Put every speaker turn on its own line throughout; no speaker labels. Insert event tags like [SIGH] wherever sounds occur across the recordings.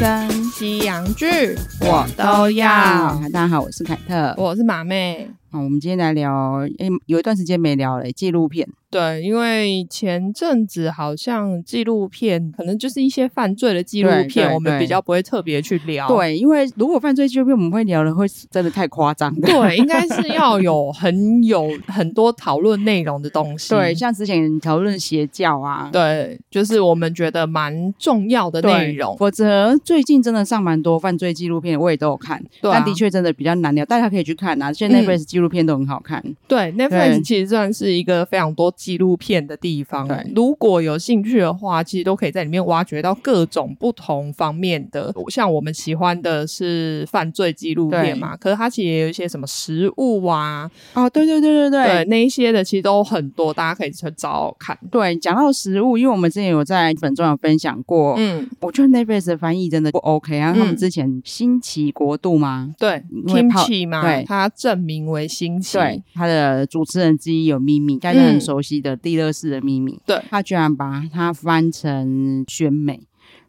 跟
西洋剧
我
都要。
大家好，我是凯特。
我是马妹。
啊，我们今天来聊，诶、有一段时间没聊了、纪录片。
对，因为前阵子好像纪录片，可能就是一些犯罪的纪录
对
片，
对
我们
对
比较不会特别去聊。
对，因为如果犯罪纪录片，我们会聊的会真的太夸张的。
对，应该是要有很有很多讨论内容的东 [LAUGHS] 西。
对，像之前讨论邪教啊，
对，就是我们觉得蛮重要的
对
内容。
否则最近真的上蛮多犯罪纪录片，我也都有看，
对啊
但的确真的比较难聊，大家可以去看啊。现在
嗯
Netflix 纪录片都很好看，
对，Netflix 其实算是一个非常多纪录片的地方
对。
如果有兴趣的话，其实都可以在里面挖掘到各种不同方面的。像我们喜欢的是犯罪纪录片嘛，可是它其实也有一些什么食物啊，
哦，对对对对对
对那一些的，其实都很多，大家可以去找看。
对，讲到食物，因为我们之前有在本中有分享过，
嗯，
我觉得 Netflix 的翻译真的不 OK 啊。他们
嗯
之前新奇国度嘛，
对
因为泡
，Kimchi 嘛，
对
它证明为新奇。
对，他的主持人之一有咪咪，大家
嗯
很熟悉的地乐士的咪咪，
对
他居然把它翻成选美。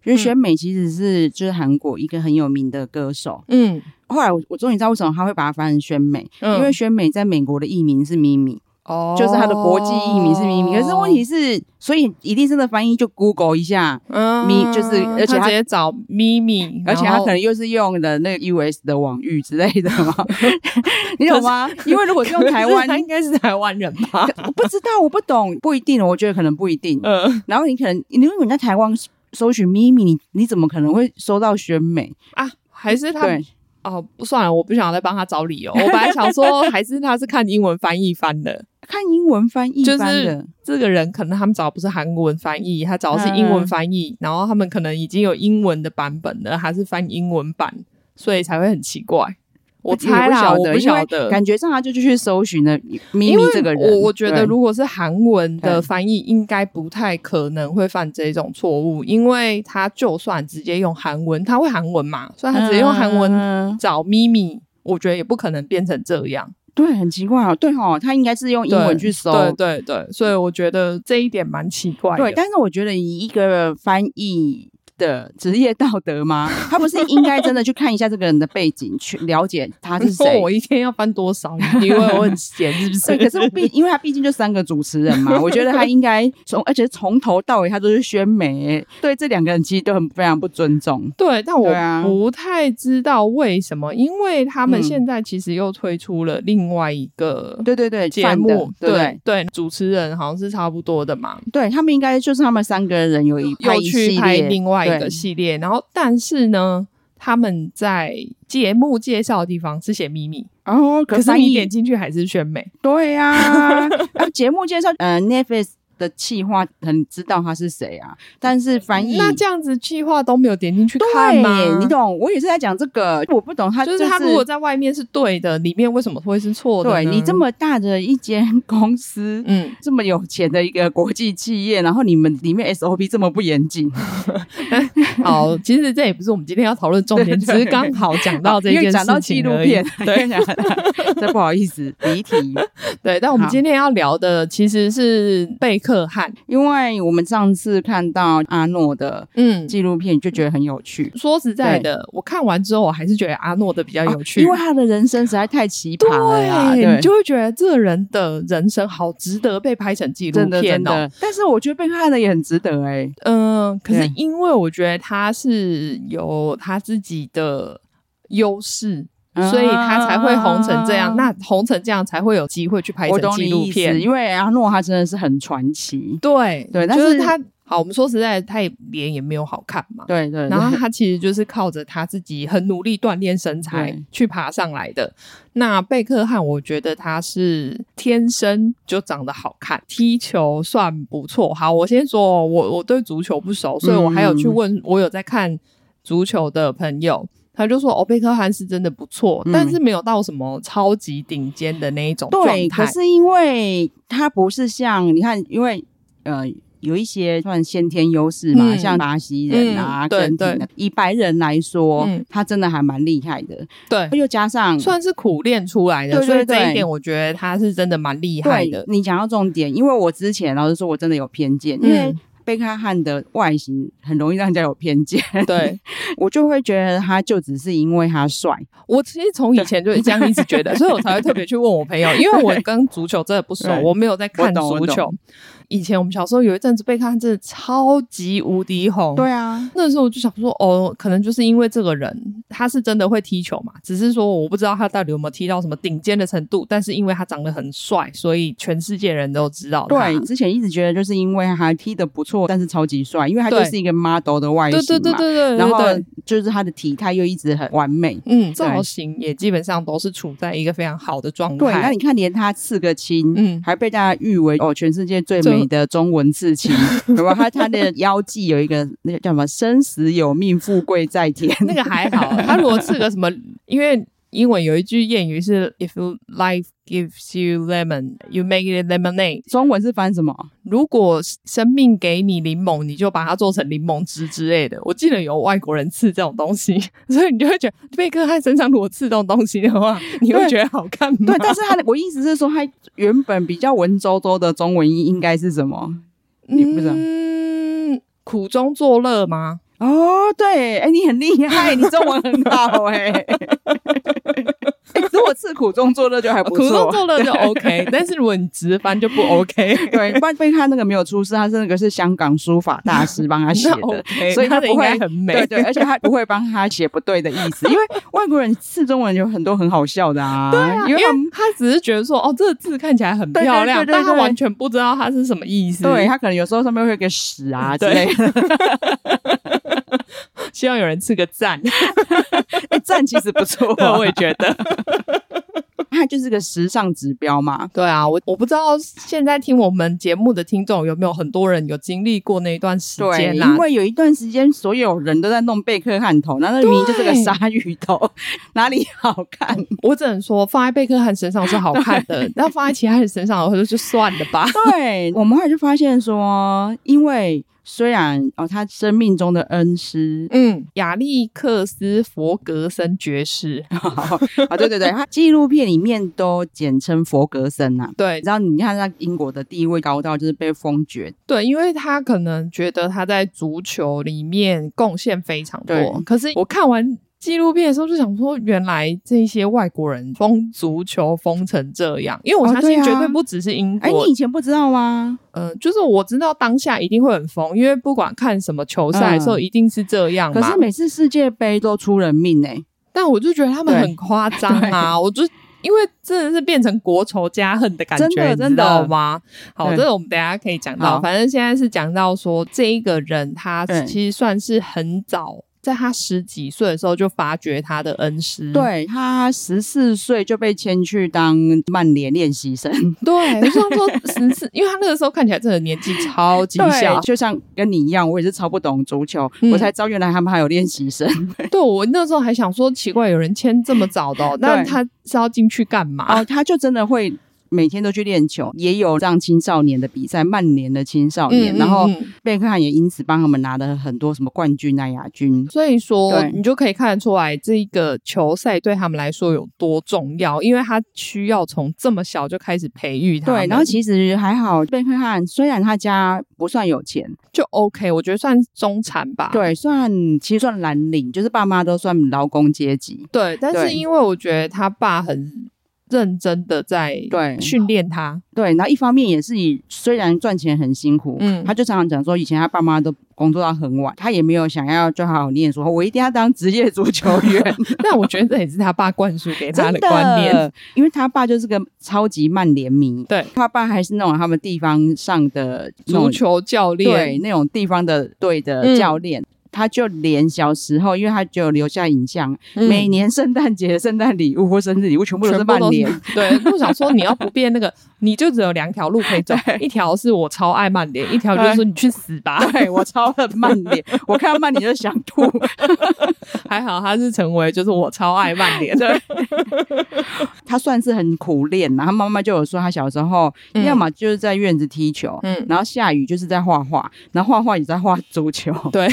因为
嗯
选美其实是就是韩国一个很有名的歌手，
嗯
后来我我终于知道为什么他会把它翻成选美，
嗯，
因为选美在美国的译名是咪咪，
哦，
就是它的国际译名是咪咪。可是问题是，所以一定真的翻译就 Google 一下，
嗯，
咪就是而且
他
它
直接找咪咪，
而且
然
他
后
可能又是用的那个 US 的网域之类的
[LAUGHS]
嘛， [LAUGHS] 你懂吗？因为如果是用台湾
可是，他应该是台湾人吧？
我不知道，我不懂，不一定，我觉得可能不一定。
[LAUGHS] 嗯
然后你可能，你如果你在台湾搜寻咪咪，你你怎么可能会搜到选美？
啊，还是他
对，
哦，不算了，我不想再帮他找理由。我本来想说， [LAUGHS] 还是他是看英文翻译翻的。
看英文翻译
就是
翻的，
这个人可能他们找的不是韩文翻译，他找的是英文翻译，然后他们可能已经有英文的版本了，还是翻英文版，所以才会很奇怪。我猜啦，我
我
不
不
晓
晓
得，
感觉上他就去搜寻了咪咪
因为
这个人。
我我觉得
对
如果是韩文的翻译，应该不太可能会犯这种错误，因为他就算直接用韩文，他会韩文嘛，所以他直接用韩文
嗯
找咪咪，我觉得也不可能变成这样。
对，很奇怪哦。对哦，他应该是用英文去搜，
对对对，所以我觉得这一点蛮奇怪的。
对，但是我觉得以一个翻译的职业道德吗？他不是应该真的去看一下这个人的背景，去了解他是
[LAUGHS] 你说
谁
哦我？一天要翻多少？你以为我很闲是不是？
[LAUGHS] 对，可是我毕因为他毕竟就三个主持人嘛，我觉得他应
[LAUGHS]
该从而且从头到尾他都是宣美，对这两个人其实都很非常不尊重。
对，但我
对啊
不太知道为什么，因为他们
嗯
现在其实又推出了另外一个
对对对，
节
犯的
目，
对不对
对主持人好像是差不多的嘛，
对他们应该就是他们三个人有一拍
又
一系
去
列
拍另外一个
对
系列，然后但是呢，他们在节目介绍的地方是写秘密，
哦，
可是
翻
你
译
点进去还是选美，
对
[LAUGHS]
呀、啊，节目介绍，呃，Netflix 的企划很知道他是谁啊，但是翻译
那这样子计划都没有点进去看
对，
吗？
你。懂，我也是在讲这个，我不懂他、
就是是他如果在外面是对的，里面为什么会是错的
对
呢？
你这么大的一间 [LAUGHS] 公司。
嗯，
这么有钱的一个国际企业，然后你们里面 SOP 这么不严谨，
哦
[LAUGHS]
好，其实这也不是我们今天要讨论重点，
对
只
对
是刚好讲到这
因
件
为
事情
讲到纪录片， [LAUGHS]
而已对，
这不好意思离题，
对，但我们
好
今天要聊的其实是贝克汉，
因为我们上次看到阿诺的
嗯，
纪录片，就觉得很有趣，
说实在的，我看完之后，我还是觉得阿诺的比较嗯有趣，
啊因为他的人生实在太奇葩了啦，
哦对，
对
你就会觉得这人的人生好值得被拍成纪录
真的真
片哦。
的，但是我觉得被看的也很值得哎、
嗯，可是
对
因为我觉得他是有他自己的优势。所以他才会红成这样，
啊
那红成这样才会有机会去拍
我
成
懂
纪
你
录
意思，
片。
因为阿诺他真的是很传奇，
对
对但
就是他好，我们说实在的，他也脸也没有好看嘛。
对对对
然后他其实就是靠着他自己很努力锻炼身材
对
去爬上来的。那贝克汉，我觉得他是天生就长得好看，踢球算不错。好，我先说哦，我我对足球不熟，所以我还有去
嗯
问，我有在看足球的朋友。他就说：“哦，贝克汉是真的不错，
嗯
但是没有到什么超级顶尖的那一种状
对，可
态。
是因为他不是像你看，因为呃。有一些算先天优势嘛，
嗯
像巴西人啊、
嗯对
跟
对
以白人来说，
嗯
他真的还蛮厉害的。
对，
又加上
算是苦练出来的，
嗯对对
所以这
对
一点我觉得他是真的蛮厉害
对
的。
你讲到重点，因为我之前老实说，我真的有偏见，因为
嗯，
贝克汉的外形很容易让人家有偏见，
对
[LAUGHS] 我就会觉得他就只是因为他帅，
我其实从以前就是这样一直觉得，所以我才会特别去问我朋友，因为我跟足球真的不熟
对，
我没有在看
我懂我
足球
懂。
以前我们小时候有一阵子贝克汉真的超级无敌红，
对啊，
那时候我就想说，哦，可能就是因为这个人他是真的会踢球嘛，只是说我不知道他到底有没有踢到什么顶尖的程度，但是因为他长得很帅，所以全世界人都知道他。
对，之前一直觉得就是因为他踢的不错，但是超级帅，因为他就
对
是一个 model 的外形
对
嘛，
对对对对，
然后
对
就是他的体态又一直很完美。
嗯，造型也基本上都是处在一个非常好的状
对，那
态。
你看，连他刺个青，
嗯
还被大家誉为哦，全世界最
最
美的中文刺 [LAUGHS] 青，对吧？他他的腰际有一个那个叫什么“生死有命，富贵在天”， [LAUGHS]
[LAUGHS] 那个还好，他如果是个什么，因为英文有一句谚语是 "If you life gives you lemon, you make it lemonade"。
中文是翻什么？
如果生命给你柠檬，你就把它做成柠檬汁之类的。我记得有外国人吃这种东西， [LAUGHS] 所以你就会觉得贝克汉身上如果吃这种东西的 [LAUGHS] 话，你会
对
觉得好看吗？
对，但是他 [LAUGHS] 的我意思是说，他原本比较文绉绉的中文音应该是什么？你不知道
嗯，苦中作乐吗？
哦，对，哎，你很厉害，你中文很好，哎， [LAUGHS] 哎，如果是苦中作乐就还不
苦
错，
中作乐就
[LAUGHS]
OK，但是如果你直翻就不 OK。
对，不然贝克汉那个没有出师，他是那个是香港书法大师帮他写
[LAUGHS] 那
的。
OK，
所以
他
他
的
不
应
会
该很美，
对对，而且他不会帮他写不对的意思，因为外国人刺中文有很多很好笑的啊，对
啊
因
因
为
为
他们
他只是觉得说，哦，这个字看起来很
对对
漂亮，
对对
但他
对
完全不知道它是什么意思。
对，他可能有时候上面会有个屎啊之
对
类的，
希望有人吃个赞，
哎，赞其实不错
[LAUGHS] 对，
啊，
我也觉 [LAUGHS] 得。
他就是个时尚指标嘛。
对啊，我我不知道现在听我们节目的听众有没有很多人有经历过那一段时
对，
间啊啦、
因为有一段时间，所有人都在弄贝克汉头，那那明明就是个
对
鲨鱼头，哪里好
[LAUGHS]
看？
我只能说放在贝克汉身上是好看的，那放在其他人身上，我就就算了吧。
对 [LAUGHS] 我们后来就发现说，因为虽然哦，他生命中的恩师
嗯，亚历克斯·佛格森爵士，
[LAUGHS] 啊，对对对，他纪录片里面都简称佛格森呐、啊。
对
你知道，你看他英国的地位高到就是被封爵，
对，因为他可能觉得他在足球里面贡献非常多
对，
可是我看完。纪录片的时候就想说，原来这些外国人封足球封成这样，因为我
哦
相
对
信
啊
绝对不只是英
哎，
国
你以前不知道吗？
嗯，就是我知道当下一定会很疯，因为不管看什么球赛的时候，
嗯
一定是这样嘛。
可是每次世界杯都出人命哎、
但我就觉得他们
对
很夸张啊！我就因为真的是变成国仇家恨的感觉，
真的
你知道
真的
吗？好，
对
这个我们等一下可以讲到。
好
反正现在是讲到说，这一个人他
对
其实算是很早，在他十几岁的时候就发掘他的恩师。
对他十四岁就被签去当曼联练习生，
嗯对，我就想说十四，因为他那个时候看起来真的年纪超级小
对，就像跟你一样，我也是超不懂足球，
嗯
我才知道原来他们还有练习生。
对我那时候还想说，奇怪，有人签这么早的、哦，那
对
他是要进去干嘛？
哦，他就真的会每天都去练球，也有让青少年的比赛，曼联的青少年，
嗯
然后
嗯嗯
贝克汉也因此帮他们拿了很多什么冠军啊、亚军。
所以说
对
你就可以看得出来，这个球赛对他们来说有多重要，因为他需要从这么小就开始培育他们
对，然后其实还好，贝克汉虽然他家不算有钱，
就 OK，我觉得算中产吧。
对，算其实算蓝领，就是爸妈都算劳工阶级。
对，但是
对
因为我觉得他爸很认真的在
对
训练他，
对，然后一方面也是以虽然赚钱很辛苦，
嗯
他就常常讲说，以前他爸妈都工作到很晚，他也没有想要就好好念书，我一定要当职业足球
[LAUGHS]
员。
[LAUGHS] 但我觉得这也是他爸灌输给他
真的
观念。，
因为他爸就是个超级曼联迷，
对，
他爸还是那种他们地方上的那种
足球教
对
练，
那种地方的队的
嗯
教练。他就连小时候，因为他就有留下影像，
嗯
每年圣诞节、圣诞礼物或生日礼物，全部都是
全部
曼
都
联。
是 [LAUGHS] 对，我想说你要不变那个，你就只有两条路
[LAUGHS]
可以走，一条是我超爱曼联，一条就是
哎
说你去死吧。
[LAUGHS] 对我超恨曼联， [LAUGHS] 我看到曼联就想
[LAUGHS]
吐。
还好他是成为就是我超爱曼联的，
他算是很苦练呐，他妈妈就有说，他小时候、
嗯
要么就是在院子踢球，
嗯
然后下雨就是在画画，然后画画也在画足球。 [LAUGHS]
对，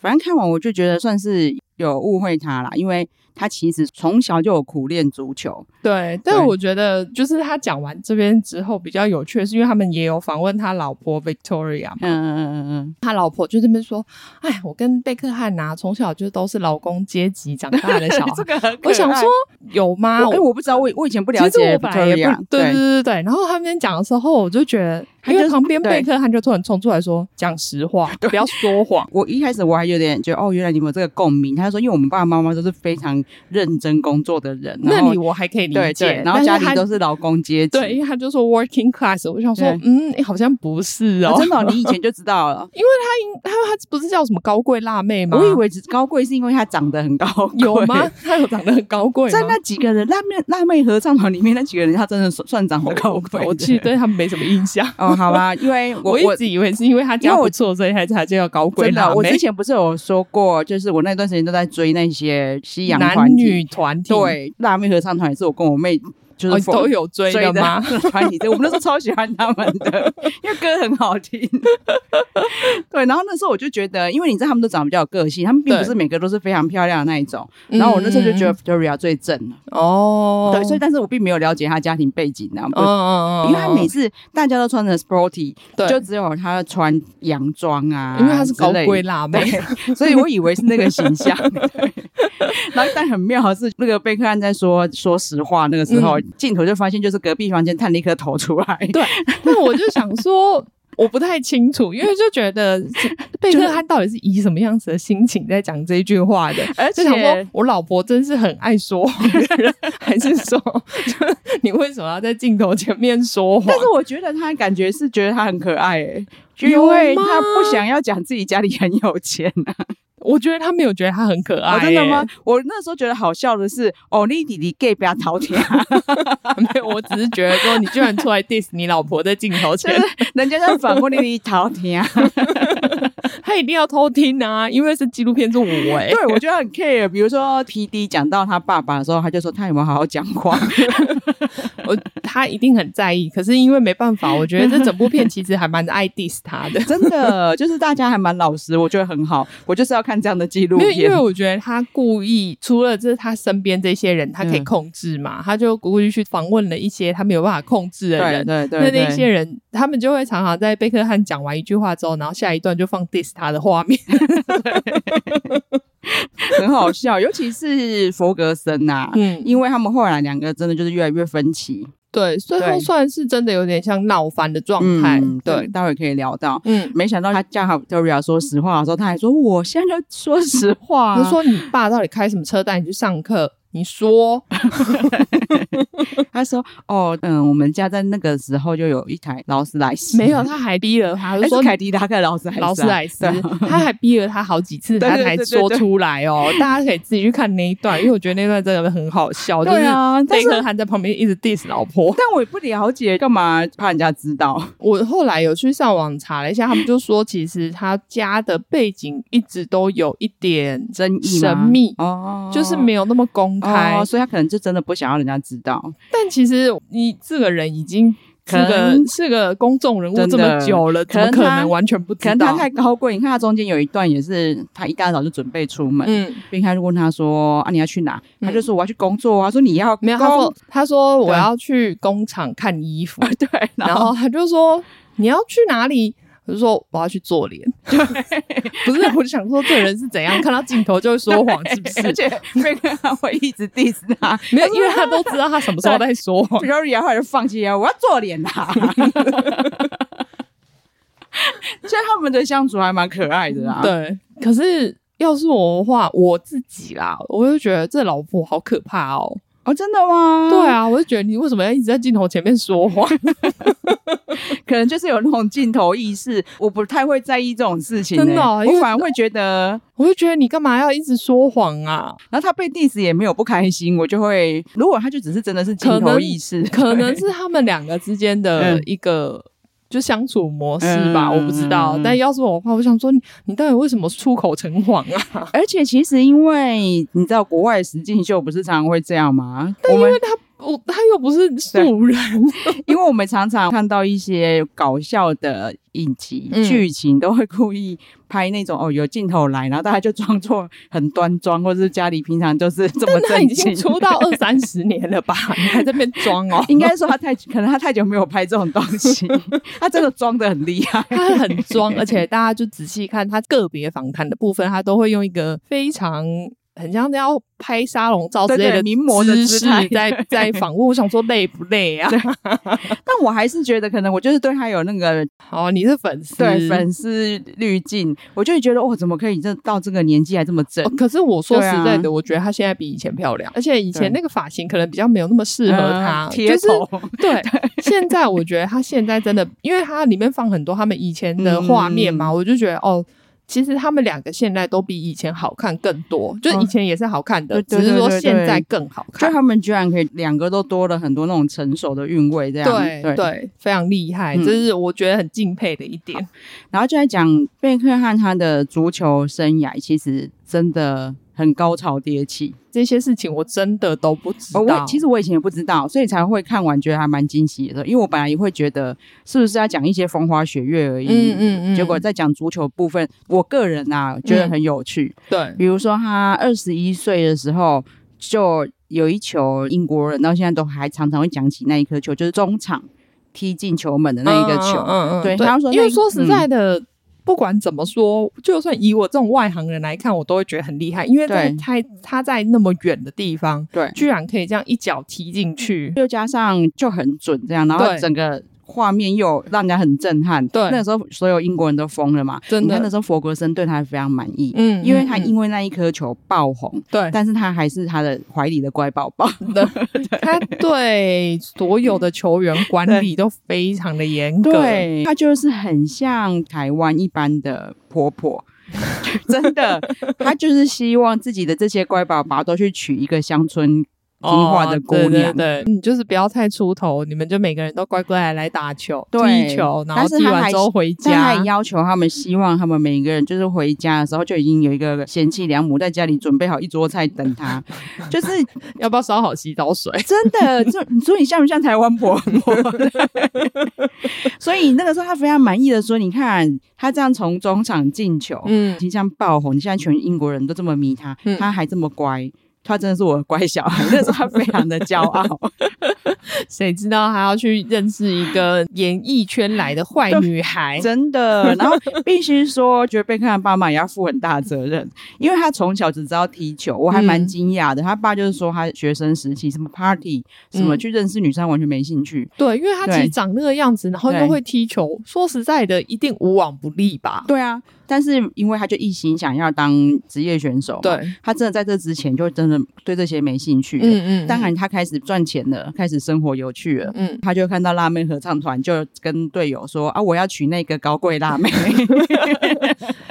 反正看完我就觉得算是有误会他啦，因为他其实从小就有苦练足球，
对，但
对
我觉得就是他讲完这边之后比较有趣，的是因为他们也有访问他老婆 Victoria 嘛，
嗯嗯嗯嗯
他老婆就这边说：“哎，我跟贝克汉呐、从小就都是劳工阶级长大的小
嗯，
孩。
个很
[LAUGHS] 我想说，有吗？
我哎、我不知道，我我以前不了
其实
解
我本来也
Victoria，
不对对对对。然后他们在讲的时候，我就觉得，
他
因为
就
旁边
对
贝克汉就突然冲出来说：“讲实话，不要说谎。
我一开始我还有点觉得哦，原来你们有这个共鸣。他说，因为我们爸爸妈妈都是非常认真工作的人，”
那
然后
里我还可以理
对
解
对，，然后家
但是
里
他
都是劳工阶级，
对，因为他就说 working class，我就想说
对，
嗯，好像不是哦。
啊，真的哦、你以前就知道 [LAUGHS] 了
因为他他他不是叫什么高贵辣妹吗？
我以为只高贵是因为她长得很高贵，
有吗？？他有长得很高
[LAUGHS]
贵吗？
在那几个人辣妹辣妹合唱团里面那几个人，她真的算算长得高贵的。
我其实对他们没什么印象。
哦，好吧，因为我
我一直以为是因为他
因
家
为
不
我
错，所以才才叫高贵
真
辣
的，我
妹
之。前不是有说过，就是我那段时间都在追那些西洋
男
团体
女团体
对，辣妹合唱团也是我跟我妹就
哦
是疯、
都有追
追
的吗？？
[LAUGHS] 团体，对，我们那时候超喜欢他们的，因为歌很好听。 [LAUGHS] 对，然后那时候我就觉得，因为你知道他们都长得比较有个性，他们并不
对
是每个都是非常漂亮的那一种。然后我那时候就觉得
嗯
Victoria 最正了，
哦，
对，所以
以
但是我并没有了解她家庭背景啊，
嗯
不
嗯嗯，
因为她每次大家都穿着 sporty，
对
就只有她穿洋装啊，
因为她是高
之类的
贵辣妹，
对， [LAUGHS] 所以我以为是那个形象。 [LAUGHS] 对然后但很妙的是，那个贝克汉在说说实话那个时候，镜头就发现就是隔壁房间探了一颗头出来， [LAUGHS]
对， [LAUGHS] 那我就想说。我不太清楚，因为就觉得
[LAUGHS]
贝克汉到底是以什么样子的心情在讲这句话的，
而
就
且
想说我老婆真是很爱说谎的人， [LAUGHS] 还是说就是你为什么要在镜头前面说谎
但？是我觉得他感觉是觉得他很可爱、欸，因
有
为
吗
他不想要讲自己家里很有 [LAUGHS] 钱啊。
我觉得他没有觉得他很可爱、
哦真的
欸
吗？？我那时候觉得好笑的是，哦，你弟弟 gay 不要逃天 [LAUGHS] 啊，
没有，我只是觉得说你居然出来 diss 你老婆在镜头前，
人家在反问你弟逃天啊。
他一定要偷听啊，因为是纪录片是我哎、
[LAUGHS] 对，我觉得很 care。比如说 P D 讲到他爸爸的时候，他就说他有没有好好讲话？，
我他一定很在意，可是因为没办法，我觉得这整部片其实还蛮爱 diss 他的
[LAUGHS] 真的，就是大家还蛮老实，我觉得很好。我就是要看这样的纪录
因为因
片
为。我觉得他故意除了就是他身边这些人他可以
嗯
控制嘛，他就故意去访问了一些他没有办法控制的
对
人。
对
那
对，
那
对
一些人，他们就会常常在贝克汉讲完一句话之后，然后下一段就放 diss 他的画面。
很好笑，尤其是佛格森呐、
嗯，
因为他们后来两个真的就是越来越分歧，
[LAUGHS] 对，最后
对
算是真的有点像闹翻的状态。
嗯
对，
待会可以聊到。
嗯，
没想到他叫 Victoria 说实话的时候，他还说我现在就说实
[LAUGHS]
话、
就说你爸到底开什么车带你去上课？你
[LAUGHS]
说，
他说哦，嗯，我们家在那个时候就有一台劳斯莱斯，
没有，他还逼了他，
哎，
就是说
凯迪拉克劳斯莱斯啊，
劳斯莱斯
对，
他还逼了他好几次，
[LAUGHS] 对
他
对对
才
对
说
对
出来哦。大家可以自己去看那一段，因为我觉得那段真的很好笑，就是
对啊但
贝
是
克汉在旁边一直 diss 老
[LAUGHS]
婆。
但我也不了解干嘛怕人家知道，
我后来有去上网查了一下，他们就说其实他家的背景一直都有一点，
争议吗
神秘
哦，
就是没有那么公开
哦，，所以他可能就真的不想要人家知道。
但其实你这个人已经是
可
个
能
是个公众人物
真
这
的
么久了，怎
可能
么可
他
能完全不
可
知
能他
道？
太高贵，你看他中间有一段也是，他一大早就准备出门，
嗯，
并开就问他说：“啊，你要去哪？”
嗯
他就说：“我要去工作啊。”说：“你要
没有，
工
他说他说我
对
要去工厂看衣服，
[LAUGHS] 对，[LAUGHS]
然
然
后
后
他就说你要去哪里？我就说我要去做脸， [LAUGHS] 不是，我就想说这人是
[LAUGHS]
怎样看到镜头就会说谎，是不是？
而且
[LAUGHS]
贝克汉会一直 diss 他。
没有，因为他都知道他什么 [LAUGHS] 时候在说谎。
Victoria 后来就放弃啊，我要做脸啦。
[LAUGHS]
所以他们的相处还蛮可爱的啊。，
对，可是要是我的话，我自己啦，我就觉得这老婆好可怕哦。
哦，真的吗？
对，啊，我就觉得你为什么要一直在镜头前面说 [LAUGHS] 谎？
可能就是有那种镜头意识，我不太会在意这种事情欸、
真的哦因为
我反而会觉得
我就觉得你干嘛要一直说谎啊？
然后他被 diss 也没有不开心，我就会，如果他就只是真的是
可
镜
能
头意识，
可能
对
是他们两个之间的
嗯
一个就相处模式吧，
嗯
我不知道。但要是我的话，我想说你，你到底为什么出口成谎啊？
而且其实因为你知道国外实境秀不是常常会这样吗？我
[LAUGHS] 因
们
为他我他又不是素人，
因为我们常常看到一些搞笑的影集
嗯
剧、情，都会故意拍那种哦有镜头来，然后大家就装作很端庄，或者是家里平常就是这么
但他
正
已
经？
经。出道二三十年了吧？你还在那边装哦
应该说他太可能他太久没有拍这种东西， [LAUGHS] 他真的装的很厉害。
他很
[LAUGHS]
装，而且大家就仔细看他个别访谈的部分，他都会用一个非常很像要拍沙龙照之类
对对
的
名模的
姿
姿
势
态
在 [LAUGHS] 在访问。我想说累不累啊？
但我还是觉得，可能我就是对他有那个
哦，你是粉丝，
对粉丝滤镜，我就会觉得哦，怎么可以这到这个年纪还这么正
哦。？可是我说
对
实
啊
在的，我觉得她现在比以前漂亮，而且以前
对
那个发型可能比较没有那么适合她，
嗯
就
贴
是 [LAUGHS]
头，
对，现在我觉得他现在真的，因为他里面放很多他们以前的画面嘛，我就觉得哦，其实他们两个现在都比以前好看更多，就是以前也是好看的，
嗯对对
只是说
对对
现在更好
就
看。
他们居然可以两个都多了很多那种成熟的韵味，这样
对对非常厉害，
嗯
这是我觉得很敬佩的一点。
然后就在讲贝克汉他的足球生涯，其实真的很高潮迭起。
这些事情我真的都不知
哦
道。
我其实我以前也不知道，所以才会看完觉得还蛮惊喜的。因为我本来也会觉得是不是要讲一些风花雪月而已，
嗯嗯嗯，
结果在讲足球部分，我个人啊觉得很有趣。
对，
比如说他二十一岁的时候就有一球，英国人到现在都还常常会讲起那一颗球，就是中场踢进球门的那一个球。
嗯嗯嗯嗯
对
对
他说那
因为说实在的。不管怎么说，就算以我这种外行人来看，我都会觉得很厉害，因为在
对
他他在那么远的地方，
对
居然可以这样一脚踢进去，
又加上就很准，这样，然后
对
整个画面又让人家很震撼。
对
那时候所有英国人都疯了嘛，
真的
你看那时候佛格森对他非常满意，
嗯
因为他
嗯嗯
因为那一嗯颗球爆红，
对，
但是他还是他的怀里的乖宝宝。
他对所有的球
[LAUGHS]
员管理都非常的严格，
对，她就是很像台湾一般的婆婆， [LAUGHS] 真的，她就是希望自己的这些乖宝宝都去娶一个乡村
哦，
听话的姑娘。
对对对，你就是不要太出头，你们就每个人都乖乖来打球、
对
踢球，然
但
后
是
踢
他
完
还
之后回
但她
家
还。要求他们，希望他们每一个人就是回家的时候就已经有一个贤妻良母在家里准备好一桌菜等她，
[LAUGHS]
就是
要不要烧好洗澡水？
真的，就你说你像不像台湾婆婆？ [LAUGHS] 所以那个时候她非常满意的说：“你看她这样从中场进球，
嗯，
形象爆红，现在全英国人都这么迷他，
嗯
他还这么乖，他真的是我的乖小孩。那时候他非常的骄傲，
[LAUGHS] 谁知道他要去认识一个演艺圈来的坏女
[LAUGHS]
孩？
真的。然后必须说，觉得贝克汉爸妈也要负很大的责任，因为他从小只知道踢球，我还
嗯
蛮惊讶的。他爸就是说，他学生时期什么 party 什么、
嗯
去认识女生完全没兴趣。
对，因为他其
对
实长那个样子，然后又
对
会踢球，说实在的，一定无往不利吧？
对啊，但是因为他就一心想要当职业选手，，
对，
他真的在这之前就真的对这些没兴趣。嗯，
嗯嗯，
当，然他开始赚钱了，开始生活有趣了。
嗯，
他就看到辣妹合唱团，就跟队友说：“啊，我要娶那个高贵
[LAUGHS]
辣妹。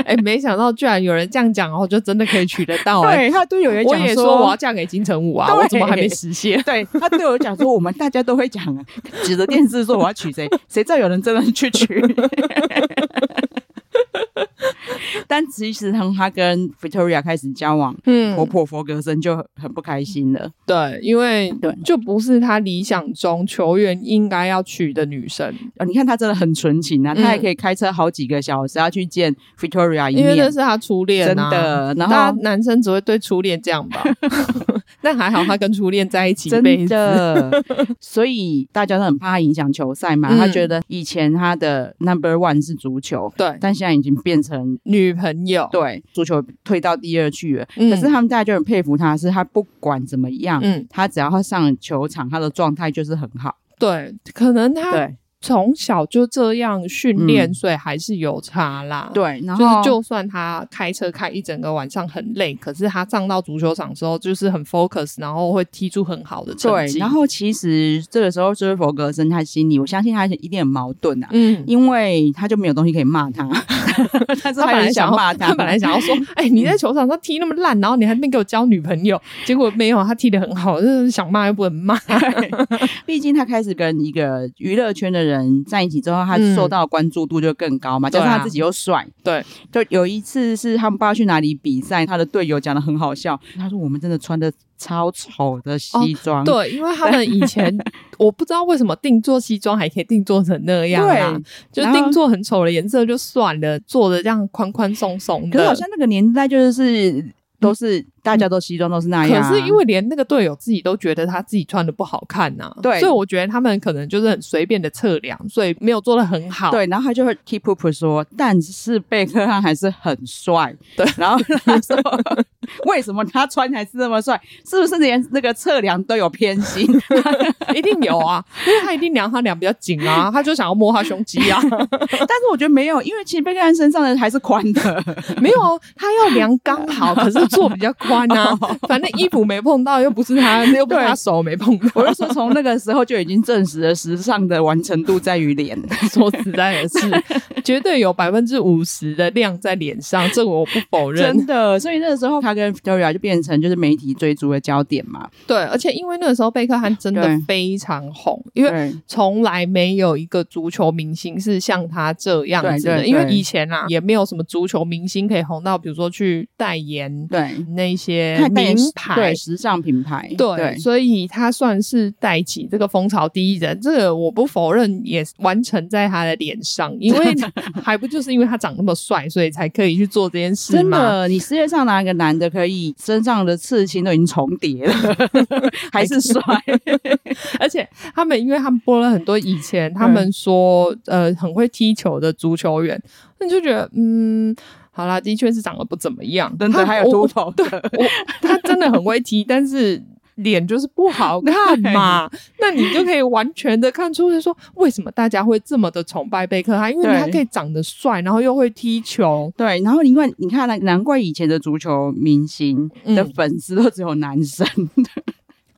哎，没想到居然有人这样讲，然后就真的可以娶得”
[LAUGHS]
到哎。
对，他队友也
我
讲
也
说
说我要嫁给金城武啊，
对
我怎么还没实现？
对他对我讲说，我们大家都会讲啊，指着电视说我要娶
[LAUGHS]
谁，谁知道有人真的去娶？ [LAUGHS] 但其实从他跟 Victoria 开始交往，
嗯
婆婆佛格森就很很不开心了。
嗯对，因为
对
就不是他理想中球员应该要娶的女生，
哦，你看他真的很纯情啊，他还
嗯
可以开车好几个小时要去见 Victoria 一
因为那
面
是，他初恋、
真
啊，。
的。然
大
后
家男生只会对初恋这样
[LAUGHS]
吧？但还好他跟初恋在一起一
真
辈子。 [LAUGHS]
的，所以大家都很怕他影响球赛嘛。
嗯
他觉得以前他的 number one 是足球，
对，
但现在已经变成
女朋友，
对足球退到第二去了。
嗯
可是他们大家就很佩服他，是他不管怎么样，
嗯，
他只要他上球场，他的状态就是很好。
对，可能他
对
从小就这样训练，
嗯
所以还是有差啦。。
对，然
就是
后
就算他开车开一整个晚上很累，可是他上到足球场之后就是很 focus，然后会踢出很好的成
对，
绩。
然后其实这个时候就是佛格森他心里，我相信他一定很矛盾啊。
嗯。
因为他就没有东西可以骂
[LAUGHS]
他，但是
他本
还
来
是想
想要
骂
他本来想要 [LAUGHS] 说，哎、你在球场上踢那么烂，然后你还没给我交女朋友，结果没有，他踢得很好，就是想骂又不能骂。
[LAUGHS] 毕竟他开始跟一个娱乐圈的人在一起之后，他
嗯
受到的关注度就更高嘛。加上
对啊
他自己又帅，
对，
就有一次是他们不知道去哪里比赛，他的队友讲的很好笑，他说我们真的穿的超丑的西装，
[LAUGHS] 哦对，因为他们以前 [LAUGHS] 我不知道为什么定做西装还可以定做成那样啊，就
然后
定做很丑的颜色就算了，做的这样宽宽松松
可是好
的。
像那个年代就是都是大家都西装都是那
嗯可
样啊，
是因为连那个队友自己都觉得他自己穿的不好看呐、
对
所以我觉得他们可能就是很随便的测量，所以没有做的很好。
对，然后他就会 keep up 说，但是贝克汉还是很帅。
对，
然后他说， [LAUGHS] 为什么他穿还是那么帅？是不是连那个测量都有偏心？
[LAUGHS] 一定有啊，因为他一定量他量比较紧啊，他就想要摸他胸肌啊。
但是我觉得没有，因为其实贝克汉身上的还是宽的。
没有啊，他要量刚 [LAUGHS] 好，可是做比较宽啊。反正衣服没碰到，又不是他，又不是他
对
手没碰到。 [LAUGHS]
我就说，从那个时候就已经证实了时尚的完成度在于脸。
说实在的是，绝对有百分之五十的量在脸上，这我不否
真
认。
的，所以那个时候他跟 Victoria 就变成就是媒体追逐的焦点嘛。
对，而且因为那个时候贝克汉真的
对
非常红，因为。从来没有一个足球明星是像他这样子的，
对对
因为
对
以前啊也没有什么足球明星可以红到，比如说去代言
对，
那些
他代
名
言
牌
对，时尚品牌，
对，所以他算是带起这个风潮第一人，这个我不否认，也完成在他的脸上，因
[LAUGHS]
为还不就是因为他长那么帅，所以才可以去做这件事
真
吗？
的，你世界上哪个男的可以身上的刺青都已经重叠了， [LAUGHS] 还是帅？
而且他们，因为他们播了很多以前他们说、呃很会踢球的足球员，那你就觉得嗯，好啦，的确是长得不怎么样，
真的
他
还有秃
我
头的，
我 [LAUGHS] 他真的很会踢，但是脸就是不好 [LAUGHS] 看嘛。那你就可以完全的看出，就是说为什么大家会这么的崇拜贝克汉，因为
对
他可以长得帅，然后又会踢球。
对。然后因为你看，难怪以前的足球明星的
嗯
粉丝都只有男生，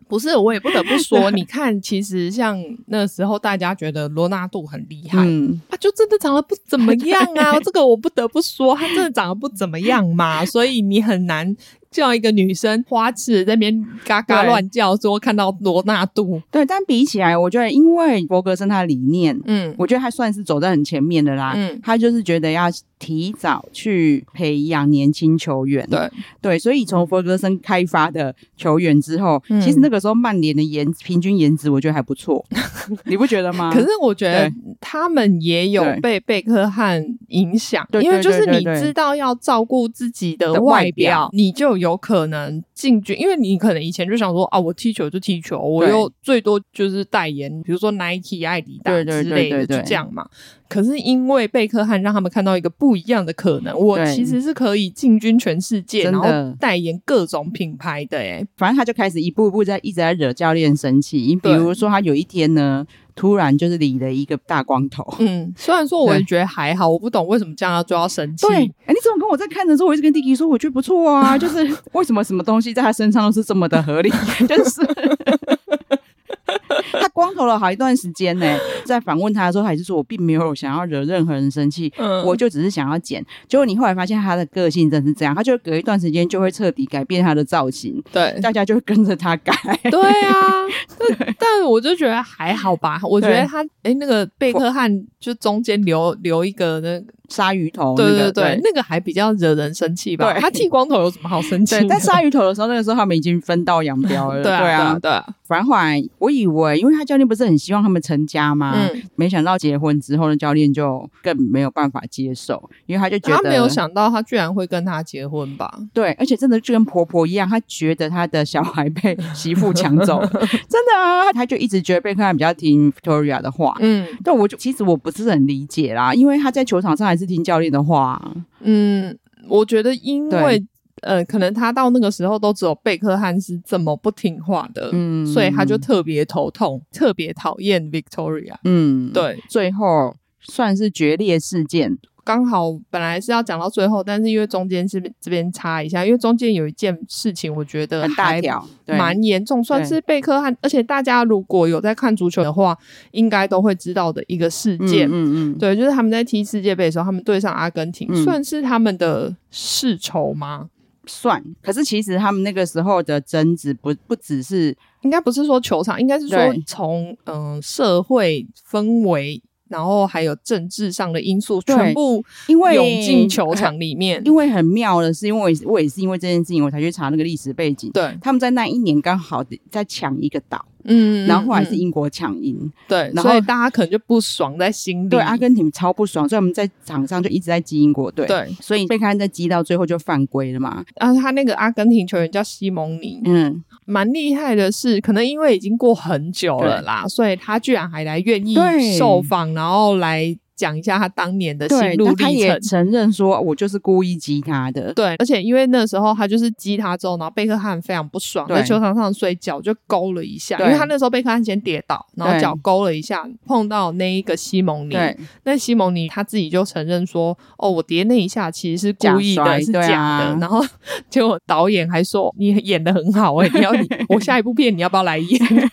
不是，我也不得不说， [LAUGHS] 你看，其实像那时候大家觉得罗纳度很厉害，
嗯，
他就真的长得不怎么样 [LAUGHS] 啊。这个我不得不说，他真的长得不怎么样 [LAUGHS] 嘛，所以你很难。叫一个女生花痴在那边嘎嘎
对
乱叫，说看到罗纳度，
对。但比起来，我觉得因为伯格森他的理念，
嗯
我觉得他算是走在很前面的啦。
嗯，
他就是觉得要提早去培养年轻球员，
对，
对，所以从弗格森开发的球员之后，
嗯
其实那个时候曼联的颜平均颜值我觉得还不
[LAUGHS]
错，你不觉得吗？
可是我觉得
啊对
他们也有
对
被贝克汉影响，
对
因为
对
就是
对
你
对对
知道要照顾自己
的
的外
外
表
表，
你就有可能进军，因为你可能以前就想说啊，我踢球就踢球，我又最多就是代言，比如说 Nike、艾迪达
对对
之
对
类的，
对对
就这样嘛。可是因为贝克汉让他们看到一个不一样的可能，我
对
其实是可以进军全世界，
真
然
的
后代言各种品牌的、欸，
反正他就开始一步步在一直在惹教练生气。比如说他有一天呢，突然就是理了一个大光
[LAUGHS]
头。
嗯，虽然说我也
对
觉得还好，我不懂为什么这样就要生气，
对，哎，你怎么跟我在看的时候，我一直跟弟弟说，我觉得不错啊，就是
[LAUGHS]
为什么什么东西在他身上都是这么的合理， [LAUGHS] 就是他光头了好一段时间呢、在访问他的时候，他还是说我并没有想要惹任何人生气，
嗯
我就只是想要剪。结果你后来发现他的个性真是这样，他就隔一段时间就会彻底改变他的造型，
对
大家就会跟着他改。 [LAUGHS]
对啊，但但我就觉得还好吧。我觉得
对
他哎、那个贝克汉就中间留留一个那个，
鲨鱼头、哦那
对对
个，
对，那个还比较惹人生气吧。
对
他剃光头有什么好生气的？
对，
[LAUGHS]
但鲨鱼头的时候，那个时候他们已经分道扬镳了。
对啊对啊，对啊，
反正后来我以为，因为他教练不是很希望他们成家吗？
嗯，
没想到结婚之后呢，教练就更没有办法接受，因为他就觉得
他没有想到他居然会跟他结婚吧？
对，而且真的就跟婆婆一样，他觉得他的小孩被媳妇抢
[LAUGHS]
走了，真的啊，他就一直觉得贝克汉比较听 Victoria 的话。
嗯
但我就其实我不是很理解啦，因为他在球场上还是听教练的话啊、
嗯，我觉得因为
对
呃，可能他到那个时候都只有贝克汉是这么不听话的，
嗯
所以他就特别头痛，特别讨厌 Victoria。
嗯，，
对，
最后算是决裂事件，
刚好本来是要讲到最后，但是因为中间是这边插一下，因为中间有一件事情，我觉得
很大
还
条，对
蛮严重，算是贝克汉，而且大家如果有在看足球的话，应该都会知道的一个事件。
嗯嗯嗯，
对，就是他们在踢世界杯的时候，他们对上阿根廷，
嗯
算是他们的世仇吗？
算，可是其实他们那个时候的争执不不只是
应该不是说球场，应该是说
对
从嗯、社会氛围，然后还有政治上的因素，
对
全部
因为
涌进球场里面。
因为很妙的是，因为我也是我也是因为这件事情，我才去查那个历史背景。
对，
他们在那一年刚好在抢一个岛，
嗯，
然后后来是
嗯嗯
英国抢赢，
对，
然后
所以大家可能就不爽在心里。
对阿根廷超不爽，所以我们在场上就一直在激英国队。，
对，
所以贝克汉在激到最后就犯规了嘛。
啊，他那个阿根廷球员叫西蒙尼，
嗯，
蛮厉害的是，可能因为已经过很久了啦，所以他居然还来愿意
对
受访，然后来讲一下他当年的心
对，
路
那他
历
也
程。
承认说，我就是故意激他的。
对，而且因为那时候他就是击他之后，然后贝克汉非常不爽，
对
在球场上所以脚就勾了一下，因
对
为他那时候贝克汉先跌倒，然后
对
脚勾了一下，碰到那一个西蒙尼，
对，
那西蒙尼他自己就承认说：“哦，我叠那一下其实是故意
假摔
的，是假
对
的。
啊
然后 [LAUGHS] 结果导演还说：“你演的很好哎、
[LAUGHS]
你要你我下一部片你要不要来演 [LAUGHS]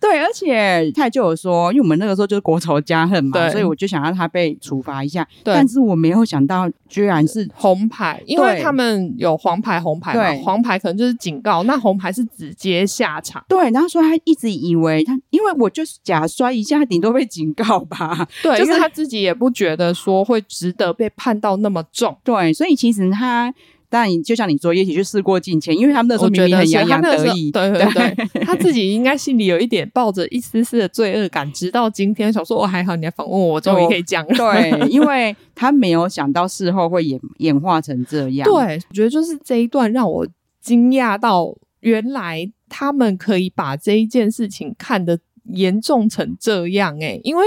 对，而且他就有说，因为我们那个时候就是国仇家恨嘛，
对
所以我就想让他被处罚一下。
对
但是我没有想到，居然是？”
红牌，因为
对
他们有黄牌、红牌嘛，
对
黄牌可能就是警告，那红牌是直接下场。
对，然后说他一直以为他，因为我就是假摔一下，顶多被警告吧。
对，
就是
因为他自己也不觉得说会值得被判到那么重。
对，所以其实他。当然，就像你说，也许是事过境迁，因为他们那时候
我
明
觉
明
得
很
是
洋
他
洋
那个时
得
候，
意，
对对对，他自己应该心里有一点抱着一丝丝的罪恶感，直到今天想说：“我还好，你来访问我，我终于可以讲了。” [LAUGHS]
对，因为他没有想到事后会演演化成这样。
对，我觉得就是这一段让我惊讶到，原来他们可以把这一件事情看得严重成这样诶、因为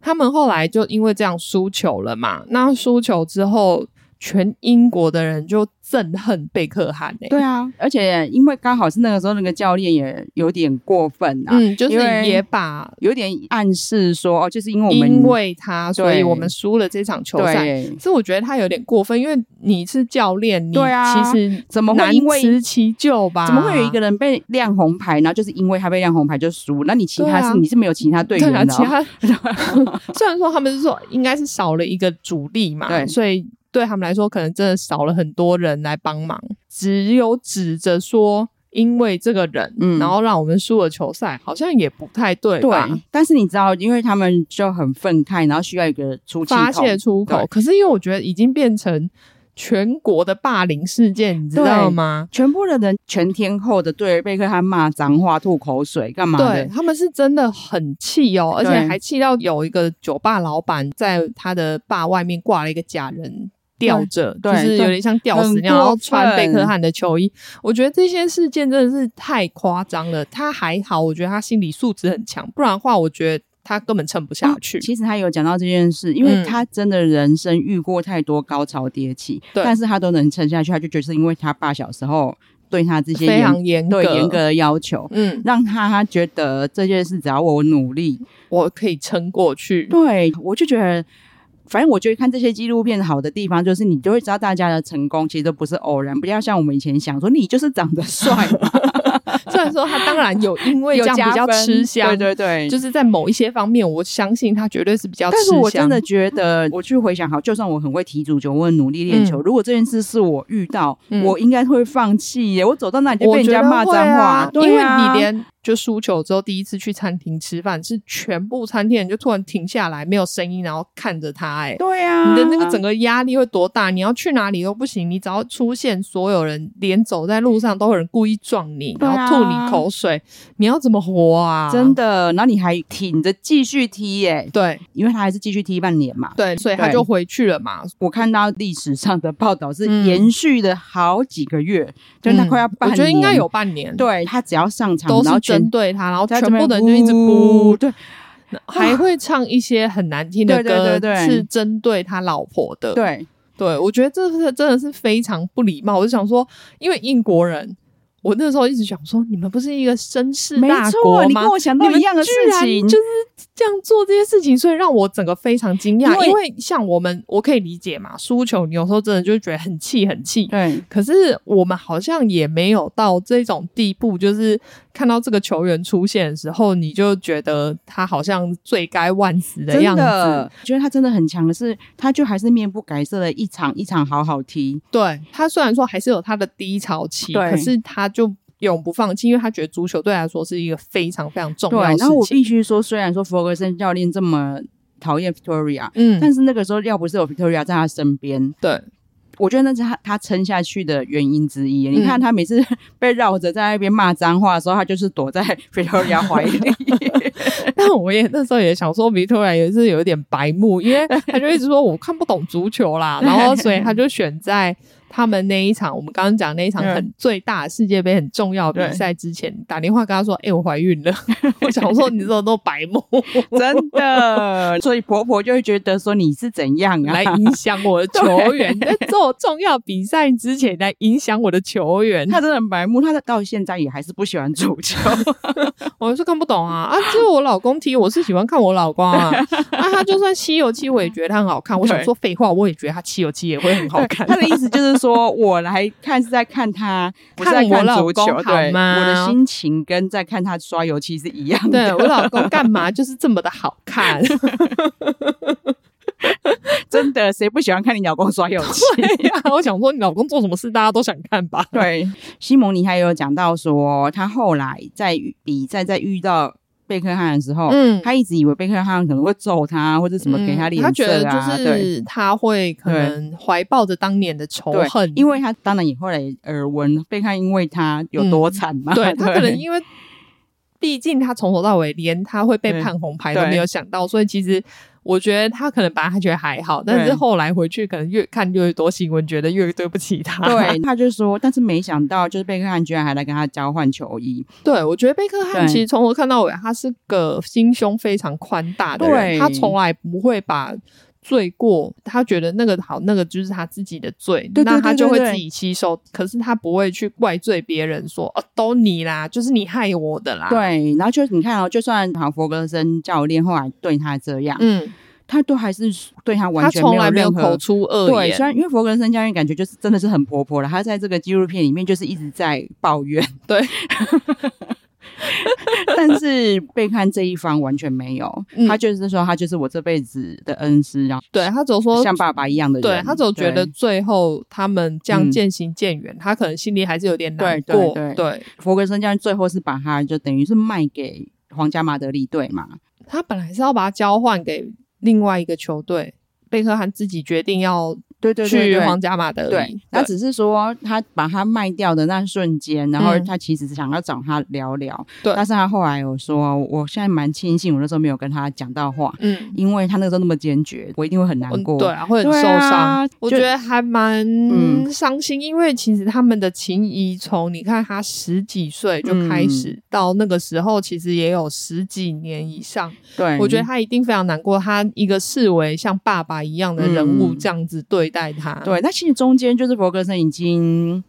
他们后来就因为这样输球了嘛，那输球之后，全英国的人就憎恨贝克汉欸诶、
对啊，而且因为刚好是那个时候，那个教练也有点过分啊，
嗯，就是
因为
也把。
有点暗示说，哦，就是因为我们
因为他，所以
对
我们输了这场球赛。
对
所以我觉得他有点过分，因为你是教练，你
对啊
其实
怎么会
难啊
因为
辞其咎吧？
怎么会有一个人被亮红牌，然后就是因为他被亮红牌就输？那你其他
对
是、
啊
你是没有其他队
对
员
啊，
的、
其
哦，
他
[LAUGHS]
虽然说他们是说应该是少了一个主力嘛，
对
所以对他们来说可能真的少了很多人来帮忙，只有指着说因为这个人，
嗯
然后让我们输了球赛，好像也不太对吧？
对。但是你知道，因为他们就很愤慨，然后需要一个出气
发
筒。
泄出口
对，
可是因为我觉得已经变成全国的霸凌事件，你知
对
道吗？
全部的人全天候的对着贝克汉骂脏话、吐口水，干嘛
对
的？
他们是真的很气哦，而且
对
还气到有一个酒吧老板在他的坝外面挂了一个假人吊着，就
嗯对
是有点像吊死那样，
很过分
然后穿贝克汉的球衣。我觉得这些事件真的是太夸张了。他还好，我觉得他心理素质很强，不然的话，我觉得他根本撑不下去。
其实他有讲到这件事，因
嗯
为他真的人生遇过太多高潮迭起，
对
但是他都能撑下去，他就觉得是因为他爸小时候对他这些
非常
严
严格，
对严格。的要求，
嗯，
让他他觉得这件事只要我努力，
我可以撑过去。
对我就觉得。反正我觉得看这些纪录片好的地方，就是你就会知道大家的成功其实都不是偶然，不要像我们以前想说你就是长得帅
[LAUGHS]
嘛，
[LAUGHS] 虽然说他当然有
[LAUGHS]
因为这样
加
比较
分
吃香，
对对对，
就是在某一些方面，我相信他绝对是比较吃
但
香。
是我真的觉得，我去回想，好，就算我很会踢足球，我很努力练球，如果这件事是我遇到，
嗯
我应该会放弃耶。我走到那里就
我
被人
觉
家
得
骂
会
脏话，
啊
对
因为
啊
你连就输球之后第一次去餐厅吃饭，是全部餐厅人就突然停下来，没有声音，然后看着他、哎。
对啊，
你的那个整个压力会多大？你要去哪里都不行，你只要出现，所有人连走在路上都有人故意撞你，
对
然
啊
后吐你口水，你要怎么活啊？
真的，然后你还挺着继续踢耶，
对
因为他还是继续踢半年嘛。
对，所以他
对
就回去了嘛。
我看到历史上的报道是
嗯
延续了好几个月，就是他快要半年，
我觉得应该有。半年，，
对他只要上场，
都
然
是
后全
针对他，然后
他
全
这
部
边
的人就一直
呜
不
对
还会唱一些很难听的歌，
[LAUGHS] 对对对对
是针对他老婆的。
对
对我觉得这是真的是非常不礼貌。我就想说，因为英国人，我那时候一直想说，你们不是一个绅士
没
大
错，
国
你
吗
跟？我想
你
到
们
一样的事
居
情，
然就是这样做这些事情，所以让我整个非常惊讶。
因为
因为像我们，我可以理解嘛，输球你有时候真的就会觉得很气很气。
对，
可是我们好像也没有到这种地步，就是看到这个球员出现的时候，你就觉得他好像罪该万死的
真
样
的
子。，
觉得他真的很强，可是他就还是面不改色的，一场一场好好踢。
对他虽然说还是有他的低潮期，
对
可是他就永不放弃，因为他觉得足球对他来说是一个非常非常重
对，
要的
然后
事
我
情。
必须说，虽然说弗格森教练这么讨厌 Victoria，、
嗯，
但是那个时候要不是有 Victoria 在他身边，
对，
我觉得那是他他撑下去的原因之一。你
嗯
看他每次 [LAUGHS] 被绕着在那边骂脏话的时候，他就是躲在 [LAUGHS] Victoria 怀里。
[LAUGHS] 但我也那时候也想说，米特然也是有一点白目，因为他就一直说我看不懂足球
[LAUGHS]
啦，然后所以他就选在他们那一场，我们刚刚讲那一场
嗯
很最大的世界杯很重要的比赛之前，打电话跟他说：“哎、我怀孕了。” [LAUGHS] 我想说你这种都白
[LAUGHS]
目，
真的， [LAUGHS] 所以婆婆就会觉得说你是怎样啊？
来影响我的球员，在做重要比赛之前来影响我的球员。
[LAUGHS] 她真的很白目，她到现在也还是不喜欢足球。
[LAUGHS] 我是看不懂啊啊！就是我老公踢，我是喜欢看我老公
[LAUGHS]
啊啊！他就算漆油漆，我也觉得他很好看。我想
对
说废话，我也觉得他漆油漆也会很 [LAUGHS] 好
[LAUGHS]
看。
他的意思就是说，我来看是在看他，不是
看
在
我
看
老
足
公
球，
好
对，
吗
我的心情跟在看他刷油漆是一 [LAUGHS] 样的。
对我老 [LAUGHS] 公干嘛就是这么的好看？ [LAUGHS]
真的，谁不喜欢看你老公刷油
[LAUGHS]
漆？
对呀、啊我想说你老公做什么事大家都想看吧？ [LAUGHS]
对，西蒙尼还有讲到说，他后来在比赛在遇到贝克汉的时候，
嗯
哦他一直以为贝克汉可能会揍他，或者什么给他脸
他觉得
色啊，
就
对。
是他会可能怀抱着当年的仇
对
恨，，
因
为
为他当然也后来耳闻贝克汉因为他有多惨嘛，[LAUGHS]
嗯对他可能因为。毕竟他从头到尾连他会被
对
判红牌都
对
没有想到，所以其实我觉得他可能本来他觉得还好，但是
对
后来回去可能越看越多新闻，觉得越对不起他。
对，他就说，但是没想到就是贝克汉居然还来跟他交换球衣，
对，我觉得贝克汉
对
其实从头看到尾，他是个心胸非常宽大的
对
人，他从来不会把罪过，他觉得那个好，那个就是他自己的罪，
对对
那
对
他就会
对对
自己吸收。可是他不会去怪罪别人说，哦，都你啦，就是你害我的啦。，
啊对，然后就你看哦，就算好弗格森教练后来对他这样，
嗯，
他都还是对他完
他
全
从来没有
任何
口出恶
对，
言
虽，然因为弗格森教练感觉就是真的是很婆婆了，他在这个纪录片里面就是一直在抱怨，
对，
[LAUGHS] 但是贝克汉这一方完全没有，
嗯
他就是说他就是我这辈子的恩师，然后
对他只有说
像爸爸一样的人，
对他总觉得
对
最后他们这样
嗯
渐行渐远，他可能心里还是有点
对
难
对
过。
对
对
弗格森教练最后是把他就等于是卖给皇家马德里队嘛，
他本来是要把它交换给另外一个球队，贝克汉自己决定要
对对对
去
对。
皇家马德
对
里，，
他只是说他把他卖掉的那瞬间，然后
嗯
他其实是想要找他聊聊，
对
但是他后来有说，我现在蛮庆幸我那时候没有跟他讲到话，
嗯。
因为他那个时候那么坚决，我一定会很难
嗯
过。
对啊，会很
对
受伤。
啊
我
就
觉得还蛮
嗯
伤心，因为其实他们的情谊从你看他十几岁就
嗯
开始，到那个时候其实也有十几年以上。
对嗯
我觉得他一定非常难过，他一个视为像爸爸一样的人物
嗯
这样子对待他。
对。那其实中间就是伯格森已经，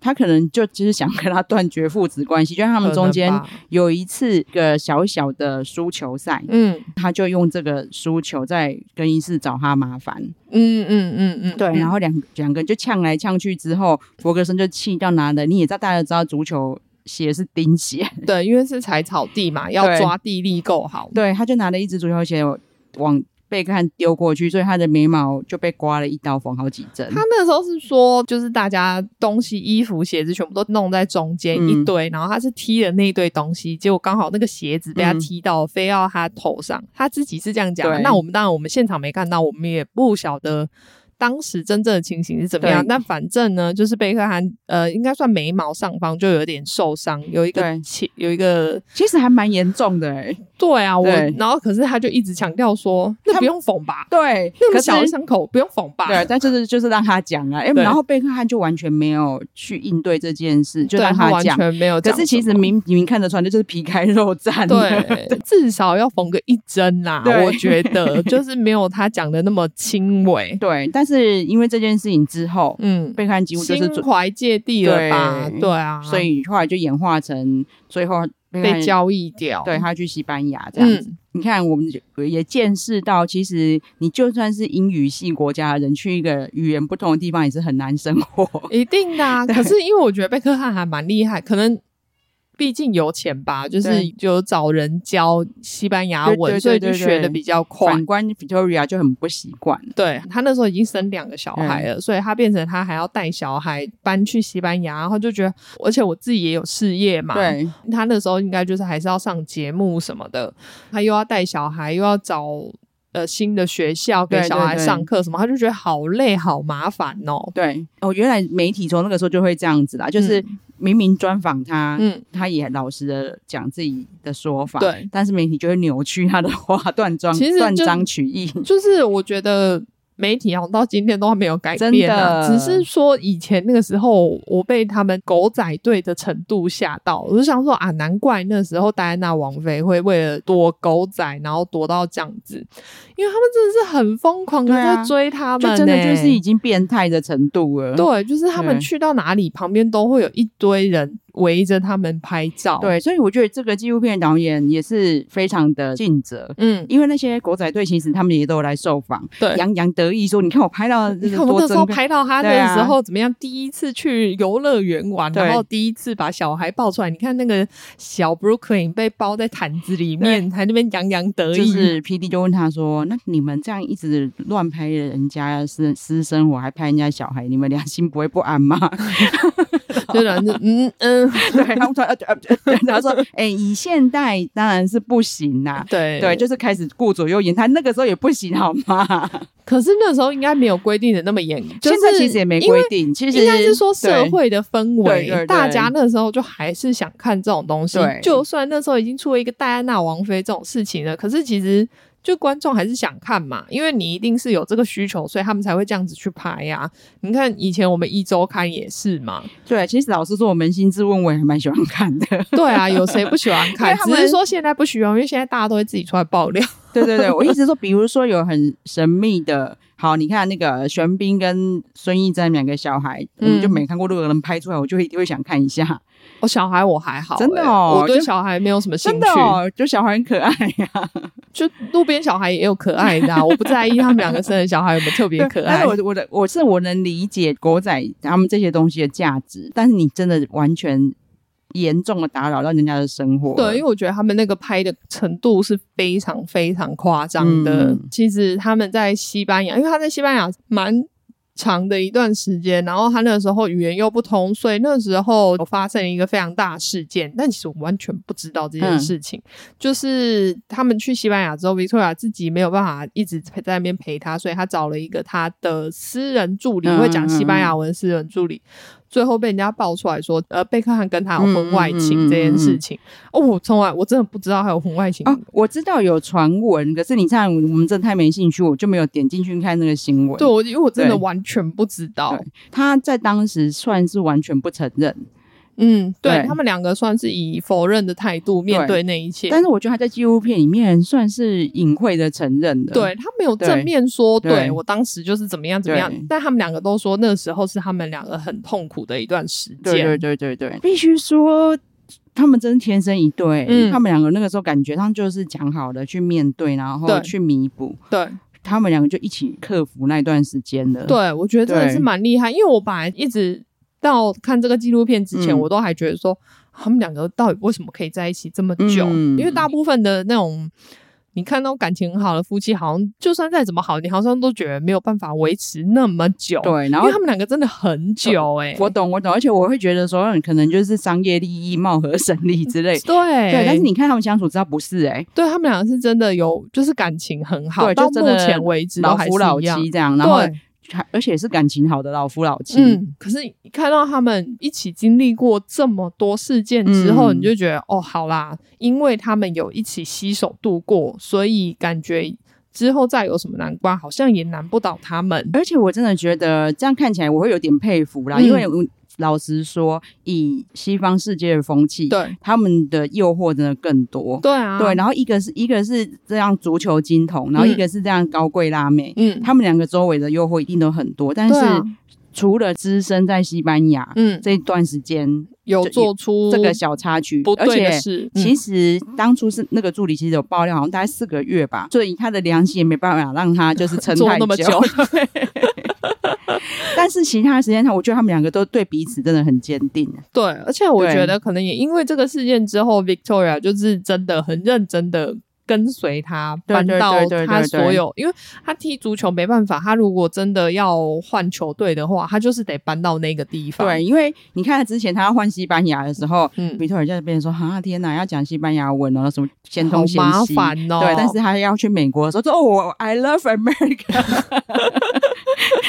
他可能就就是想跟他断绝父子关系，就像他
可能吧，
们中间有一次一个小小的输球赛，
嗯
他就用这个输球在更衣室找他麻烦。
嗯嗯嗯嗯，
对，
嗯
然后两两个人就呛来呛去之后，伯格森就气到拿了，你也知道大家都知道足球鞋是钉鞋， [LAUGHS]
对，因为是踩草地嘛，要
对
抓地力够好。
对，他就拿了一只足球鞋往贝克汉丢过去，所以他的眉毛就被刮了一刀，缝好几针。
他那时候是说，就是大家东西、衣服、鞋子全部都弄在中间
嗯
一堆，然后他是踢了那一堆东西，结果刚好那个鞋子被他
嗯
踢到，飞到他头上。他自己是这样讲啊。
对
那我们当然我们现场没看到，我们也不晓得。当时真正的情形是怎么样？
对
但反正呢，就是贝克汉，呃，应该算眉毛上方就有点受伤，有一个
对
切，有一个
其实还蛮严重的哎、
对啊，我
对
然后可是他就一直强调说，那
他
不用缝吧，
对，
那
可
么
是
小的伤口不用缝吧， [LAUGHS]
对，但就是就是让他讲啊，哎、
对
然后贝克汉就完全没有去应对这件事，就
对
让
他完
讲。
全没有讲什么。
可是其实
[LAUGHS]
明明看得出来，就是皮开肉绽。，
对，至少要缝个一针啦，
对
我觉得就是没有他讲的那么轻
[LAUGHS]
微。
对，但是因为这件事情之后，
嗯，
贝克汉几乎就是
心
最，
怀芥蒂了吧？
对
对啊，
所以后来就演化成最后贝克汉
被交易掉。
对，他去西班牙这样子。
嗯，
你看，我们就也见识到，其实你就算是英语系国家的人，去一个语言不同的地方也是很难生
[LAUGHS]
活。
一定的、
[LAUGHS]
啊。
对
可是因为我觉得贝克汉还蛮厉害，可能。毕竟有钱吧，就是
对
有找人教西班牙文，
对对对
所以
对
就
对
学的比较快。
反观 Victoria 就很不习惯。
对他那时候已经生两个小孩
嗯
了，所以他变成他还要带小孩搬去西班牙，然后就觉得，而且我自己也有事业嘛，，
对，
他那时候应该就是还是要上节目什么的，他又要带小孩，又要找呃新的学校给
对
小孩
对对
上课什么，他就觉得好累好麻烦哦。
对，哦，原来媒体从那个时候就会这样子啦，就是明明专访他，
嗯，
他也老实的讲自己的说法，
对，
但是媒体就会扭曲他的话， [LAUGHS] 断章
其实就
断章取义。
就是我觉得。媒体好像到今天都还没有改变、啊，
真
只
的
是说以前那个时候，我被他们狗仔队的程度吓到，我就想说啊，难怪那时候戴安娜王妃会为了躲狗仔，然后躲到这样子，因为他们真的是很疯狂的
对啊
在追他们、
就
欸，
真的就是已经变态的程度了。
对，就是他们
对
去到哪里，旁边都会有一堆人围着他们拍照。，
对，所以我觉得这个纪录片导演也是非常的尽责。
嗯，
因为那些狗仔队其实他们也都有来受访，
对。
洋洋得意说：“你看我拍到这
你
个
看我
多
那时
珍
候
贵。
拍到他
对
的
啊
时候怎么样？第一次去游乐园玩，
对
然后第一次把小孩抱出来，你看那个小 Brooklyn 被包在毯子里面，还那边洋洋”得
就
意。
是 P D 就问他说：“那你们这样一直乱拍人家私私生活，还拍人家小孩，你们良心不会不安吗？” [LAUGHS]
虽然是嗯嗯，
对，他们说呃呃，呃他说，哎、以现代当然是不行啦、
对
对，。就是开始顾左右言，他那个时候也不行，好吗？
可是那时候应该没有规定的那么严，就是
现在其实也没
因为
规定，其实
应该是说社
对
会的氛
对对
围，
对
大家那时候就还是想看这种东西
对。
就算那时候已经出了一个戴安娜王妃这种事情了，可是其实就观众还是想看嘛，因为你一定是有这个需求，所以他们才会这样子去拍呀、你看以前我们一周刊也
[LAUGHS]
是嘛，
对。其实老实说，我扪心自问，我也还蛮喜欢看的。 [LAUGHS]
对啊，有谁不喜欢看
因为？他
只
们
是说现在不喜欢，因为现在大家都会自己出来爆料。 [LAUGHS]
对对对，我一直说，比如说有很神秘的，好，你看那个玄彬跟孙艺珍两个小孩，
嗯
我就没看过，如果有人拍出来，我就一定会想看一
[LAUGHS]
下。
我小孩我还好、
真的哦
欸我对
就
小孩没有什么兴
真
趣。
的哦，就小孩很可爱啊呀、
就路边小孩也有可爱的、啊，我不在意他们两个生的小孩有没有特别可爱。
但是我的我的我是我能理解狗仔他们这些东西的价值，但是你真的完全严重的打扰到人家的生活。
对，因为我觉得他们那个拍的程度是非常非常夸张的。
嗯
其实他们在西班牙，因为他在西班牙蛮长的一段时间，然后他那个时候语言又不通，所以那时候有发生一个非常大的事件。但其实我完全不知道这件事情，
嗯
就是他们去西班牙之后，Victoria 自己没有办法一直陪在那边陪他，所以他找了一个他的私人助理，
嗯
会讲西班牙文的私人助理。最后被人家爆出来说，呃，贝克汉跟他有婚外
嗯
情
嗯嗯嗯
这件事情，哦，我从来我真的不知道还有婚外情。
哦，我知道有传闻，可是你看我们真的太没兴趣，我就没有点进去看那个新闻。
对，，我因为我真的
对
完全不知道。
对他在当时算是完全不承认，
嗯，对
对
他们两个算是以否认的态度面对那一切。
但是我觉得他在纪录片里面算是隐晦的承认的。
对他没有正面说，对
对对
我当时就是怎么样怎么样
对，
但他们两个都说那时候是他们两个很痛苦的一段时间。
对对对对对，必须说。他们真天生一对，
嗯
他们两个那个时候感觉上就是讲好了去面对，然后
对
去弥补。
对
他们两个就一起克服那一段时间的。
对，我觉得真的
对
是蛮厉害，因为我本来一直到看这个纪录片之前，
嗯
我都还觉得说他们两个到底为什么可以在一起这么久？
嗯
因为大部分的那种。你看到感情很好的夫妻，好像就算再怎么好，你好像都觉得没有办法维持那么久。，
对，然
因
后
为他们两个真的很久哎、欸。
我懂我懂，而且我会觉得说嗯可能就是商业利益貌合神离之类
对
对，但是你看他们相处，知道不是哎、欸，
对他们两个是真的有，就是感情很好，
对
到
就真
目
的
前为止都
老
还是
夫老
一样。
妻这样，然后
对，
还而且是感情好的老夫老妻。
嗯，可是你看到他们一起经历过这么多事件之后，
嗯
你就觉得哦，好啦，因为他们有一起携手度过，所以感觉之后再有什么难关，好像也难不倒他们。
而且我真的觉得这样看起来我会有点佩服啦，
嗯
因为我老实说，以西方世界的风气，
对
他们的诱惑真的更多。
对啊，
对，然后一个是一个是这样足球金童，然后一个是这样高贵辣妹，
嗯
他们两个周围的诱惑一定都很多。但
对啊
是除了资深在西班牙、
嗯，
这段时间
有做出
这个小插曲
不，
而
对
且
的事，嗯
其
实
实当初是那个助理，其实有爆料，好像大概四个月吧，所以他的良心也没办法让他就是撑
[LAUGHS] 做
太
那么久
但是其他时间上，我觉得他们两个都对彼此真的很坚定。
对，而且我
对
觉得可能也因为这个事件之后，Victoria 就是真的很认真的。跟随他
对
搬
对
到
对对
他
对对
所有，因为他踢足球没办法，他如果真的要换球队的话，他就是得搬到那个地方。
对，因为你看之前他要换西班牙的时候，
嗯，
比特尔就在那边说：“啊，天哪，要讲西班牙文哦，什么先
好
东先
麻
西。”
烦哦。
对，但是他要去美国的时候说：“哦，我 I love America，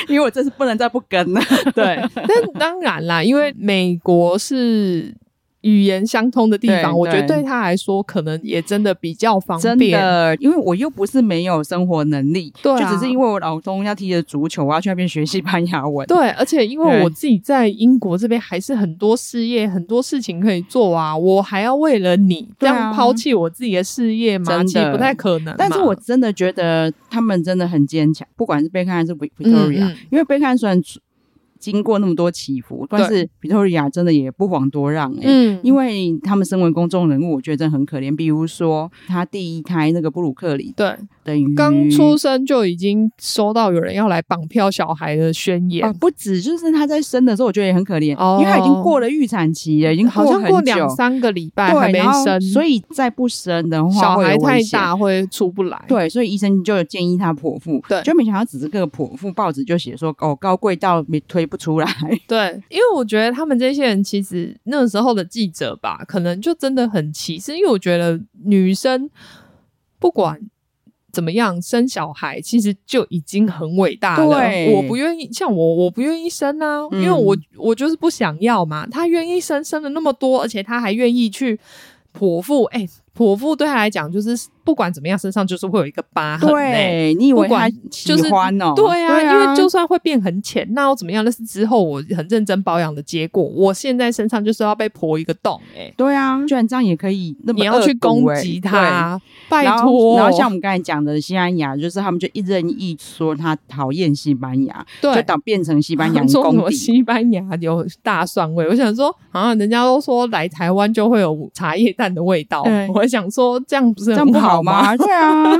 因为我真是不能再不跟了。
对，
[LAUGHS]
但当然啦，因为美国是语言相通的地
对
方，我觉得
对
对他来说可能也真的比较方
真
便。
的，因为我又不是没有生活能力，
对啊
就只是因为我老公要踢的足球，我要去那边学西班牙文。
对，而且因为
对
我自己在英国这边还是很多事业、很多事情可以做啊，我还要为了你、这
对啊
样抛弃我自己的事业
真
吗？
的
其实不太可能嘛。
但是我真的觉得他们真的很坚强，不管是贝克汉还是维维
嗯
多利亚
嗯，
因为贝克汉虽然经过那么多起伏，但是维多利亚真的也不遑多让哎、
嗯，
因为他们身为公众人物，我觉得真的很可怜。比如说，他第一胎那个布鲁克里，
对，
等于
刚出生就已经收到有人要来绑票小孩的宣言，
哦，不止，就是他在生的时候，我觉得也很可怜，
哦
因为他已经过了预产期了，已经
好像
很
过
久
两三个礼拜还
对，
没
然后
生，
所以再不生的话，
小
会有
孩太
危险。
大会出不来。
对，所以医生就建议她剖腹，
对
就没想到只是个剖腹，报纸就写说哦，高贵到没推不出来，
对，因为我觉得他们这些人其实那时候的记者吧，可能就真的很歧视，因为我觉得女生不管。怎么样生小孩，其实就已经很伟大了。
对
我不愿意，像我，我不愿意生啊，
嗯
因为我我就是不想要嘛。她愿意生，生了那么多，而且她还愿意去剖腹。哎、剖腹对她来讲，就是不管怎么样，身上就是会有一个疤痕、
[LAUGHS]
欸。
对你以
不
为
管
他
就
喜
是
欢哦？
对啊，
啊，
因为就算会变很浅，那又怎么样？那是之后我很认真保养的结果。我现在身上就是要被剖一个洞、欸，
对啊，居然这样也可以那么
你要去
恶毒
攻
欸
击。
对
他，拜
然
托。
后，然后像我们刚才讲的西班牙，就是他们就一任意说他讨厌西班牙，就
对。
导变成西班牙
他们 [LAUGHS] 说什
公
么
敌。
西班牙有大蒜味？我想说啊，人家都说来台湾就会有茶叶蛋的味道，
对
我还想说这样不是
这样
很
不好 [LAUGHS]
吗？
吗？对啊，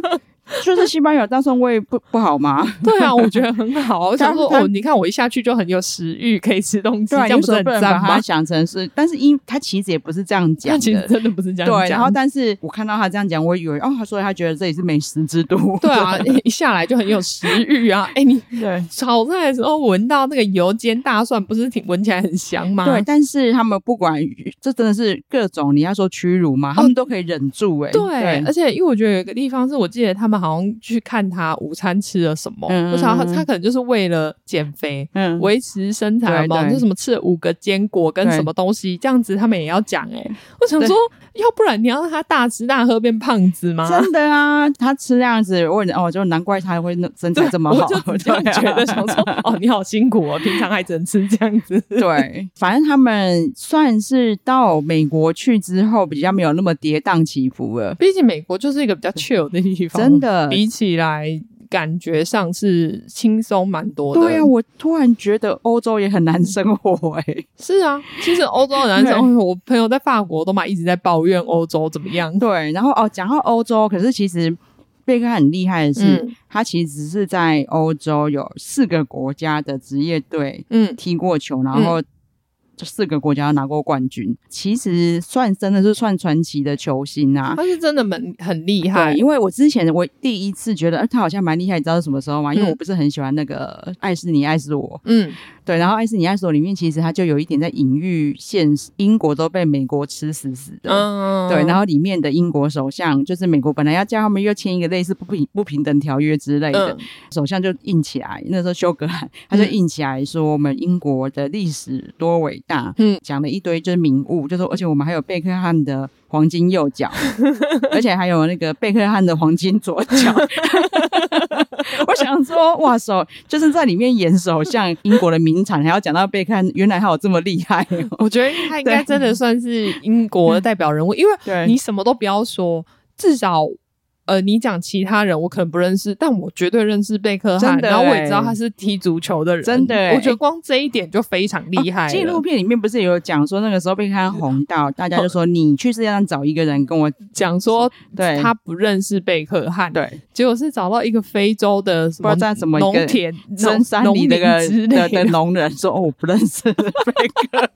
就是西班牙大蒜味不不好
[LAUGHS]
吗？
对啊，我觉得很好。我想说
他他
哦，你看我一下去就很有食欲，可以吃东西，
对啊，
这样
你
不是
说
很
不能
赞
把
吗
它？想成是，但是因他其实也不是这样讲
但 [LAUGHS] 其实
的。
真的不是这样讲。
对，然后但是我看到他这样讲，我以为哦，他说他觉得这里是美食之都。
[LAUGHS] 对啊，一下来就很有食欲啊！哎、你
[LAUGHS] 对
炒菜的时候闻到那个油煎大蒜，不是挺闻起来很香吗？
对，但是他们不管这真的是各种，你要说屈辱嘛，他们都可以忍住哎、
哦对而且因为我觉得有一个地方是我记得他们好像去看他午餐吃了什么，
嗯
我想他
嗯嗯
他可能就是为了减肥。
嗯，
维持身材
对
嘛，
对
就什么吃了五个坚果跟
对
什么东西，这样子他们也要讲哎、我想说，要不然你要让他大吃大喝变胖子吗？ [LAUGHS]
真的啊，他吃那样子，我哦，就难怪他会那身材这么
我
好，[LAUGHS]
就只这样
对啊
觉得，想说哦，你好辛苦哦，平常还只能吃这样子。
[LAUGHS] 对，反正他们算是到美国去之后，比较没有那么跌宕起伏了。
毕竟美国就是一个比较 chill 的地
嗯
方，
真的
比起来感觉上是轻松蛮多的。
对啊，我突然觉得欧洲也很难生活哎、
是啊，其实欧洲的男
对
生，哦我朋友在法国都嘛一直在抱怨欧洲怎么样。
对，然后哦，讲到欧洲，可是其实贝克汉很厉害的是，
嗯
他其实是在欧洲有四个国家的职业队
嗯，
踢过球，然后这四个国家拿过冠军，其实算真的是算传奇的球星啊。
他是真的蛮很厉害
对，。因为我之前我第一次觉得，呃他好像蛮厉害，你知道是什么时候吗？因为我不是很喜欢那个《爱是你，爱是我》。
嗯，
对，然后《爱是你，爱是我》里面其实他就有一点在隐喻现实，英国都被美国吃死死的。
嗯，
对，然
后
后里面的英国首相就是美国本来要叫他们又签一个类似不平不平等条约之类的，
嗯
首相就硬起来。那时候休格兰他就
嗯
硬起来说我们英国的历史多伟大，
嗯
嗯，讲了一堆就是名物，就说而且我们还有贝克汉的黄金右脚，而且还有那个贝克汉的黄金左脚， [LAUGHS] 我想说，哇手就是在里面演首相，英国的名产，还要讲到贝克汉，原来还有这么厉害哦、
[LAUGHS] 我觉得他应该
对
真的算是英国的代表人物，因为
对
你什么都不要说，至少呃，你讲其他人我可能不认识，但我绝对认识贝克汉，
真的
然后我也
欸
知道他是踢足球的人，
真的欸哦
我觉得光这一点就非常厉害了。
纪录片里面不是也有讲说，那个时候贝克汉红到，大家就说你去世界上找一个人跟我
讲说
[LAUGHS] 对
他不认识贝克汉，
对，
结果是找到一个非洲的什
不知道
么
在什么一个
农田、
深山
农
里那个
农民之
的
类
的农人说，哦，我不认识贝克，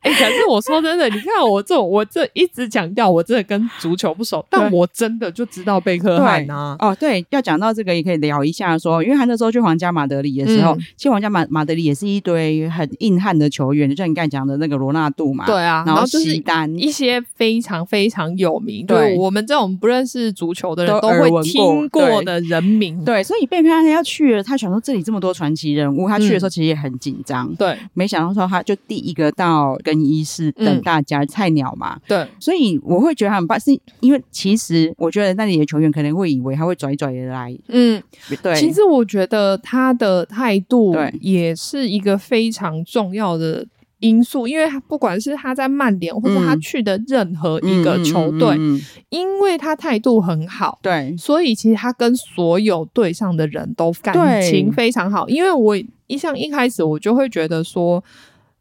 哎、可是我说真的，你看我这种我这一直强调，我真的跟足球不熟，但
对
我真的就知道贝克汉啊。
[LAUGHS] 哦，对，要讲到这个也可以聊一下说，因为他那时候去皇家马德里的时候，
嗯
其实皇家马马德里也是一堆很硬汉的球员，就像你刚才讲的那个罗纳度嘛，
对，啊，然
然
后
后
就是
席丹。
一些非常非常有名，就
对
是我们这种不认识足球的人
都
都
耳闻
会
过
听过的人名。
对，所以贝克汉要去了，他想说这里这么多传奇人物，他去的时候其实也很紧张，
对
没想到说他就第一个到更衣室等大家菜鸟嘛，
对
所以我会觉得他很棒，是因为其实我觉得那里的球员可能会以为他会拽拽的来，
嗯，
对，
其实我觉得他的态度
对
也是一个非常重要的因素，因为他不管是他在曼联，或者他去的任何一个球队，
嗯嗯嗯嗯嗯嗯
因为他态度很好，
对，
所以其实他跟所有队上的人都感情非常好，因为我一向一开始我就会觉得说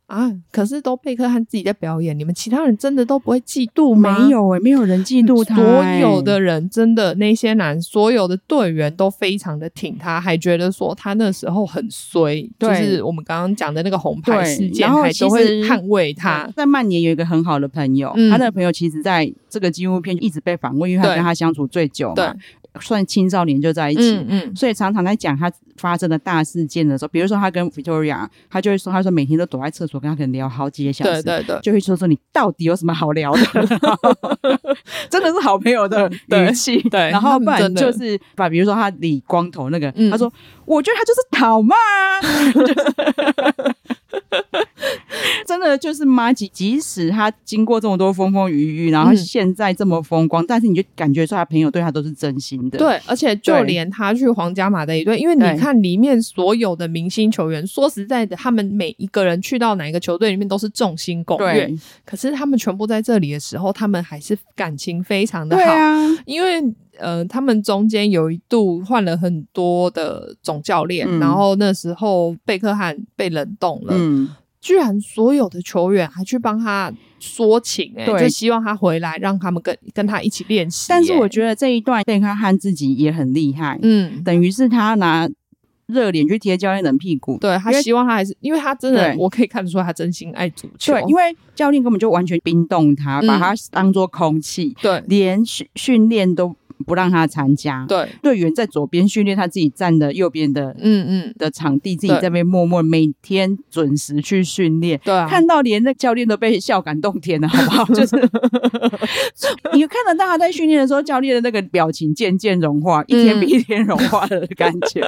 啊，可是都贝克汉自己在表演，你们其他人真的都不会嫉妒吗？
没有诶、没有人嫉妒他、
所
欸
有的人真的那些男，所有的队员都非常的挺他，还觉得说他那时候很衰，
对
就是我们刚刚讲的那个红牌
对
事件，
然后
还
其
都会
实
捍卫他。
在曼联有一个很好的朋友，
嗯
他的朋友其实在这个纪录片一直被访问，因为他
对
跟他相处最久
对
嘛，算青少年就在一起。
嗯嗯，
所以常常在讲他发生的大事件的时候，比如说他跟 Victoria，他就会说，他说每天都躲在厕所跟他可能聊好几个小时，
对对对，
就会说说你到底有什么好聊
[LAUGHS]
的，真的是好朋友的
嗯对
语气。
对
然后不
真
然
的
就是把比如说他理光头那个，
嗯
他说我觉得他就是讨骂啊，就是、 [LAUGHS] 真的就是妈吉，即使他经过这么多风风雨雨，然后
嗯
现在这么风光，但是你就感觉出他朋友对他都是真心的。
对，而且就
对
连他去皇家马德里队，因为你
对
看里面所有的明星球员，说实在的，他们每一个人去到哪一个球队里面都是众星拱月
对，
可是他们全部在这里的时候，他们还是感情非常的
对
好，
啊，
因为呃，他们中间有一度换了很多的总教练，
嗯
然后那时候贝克汉被冷冻了，
嗯，
居然所有的球员还去帮他说情、欸，
对
就希望他回来，让他们跟跟他一起练习、
但是我
得，
觉得这一段贝克汉自己也很厉害，
嗯。
等于是他拿热脸去贴教练冷屁股。
对他
因为
希望他还是，因为他真的
对，
我可以看得出他真心爱足球。
对，因为教练根本就完全冰冻他，
嗯
把他当做空气，
对
连训训练都不让他参加。
对，
队员在左边训练，他自己站的右边的
嗯嗯，
的场地，自己
对
在那边默默每天准时去训练。
对啊，
看到连那教练都被笑感动天了，好不
[LAUGHS]
好？就是你看得到他在训练的时候，教练的那个表情渐渐融化，一
嗯
天比一天融化的感
[LAUGHS]
觉。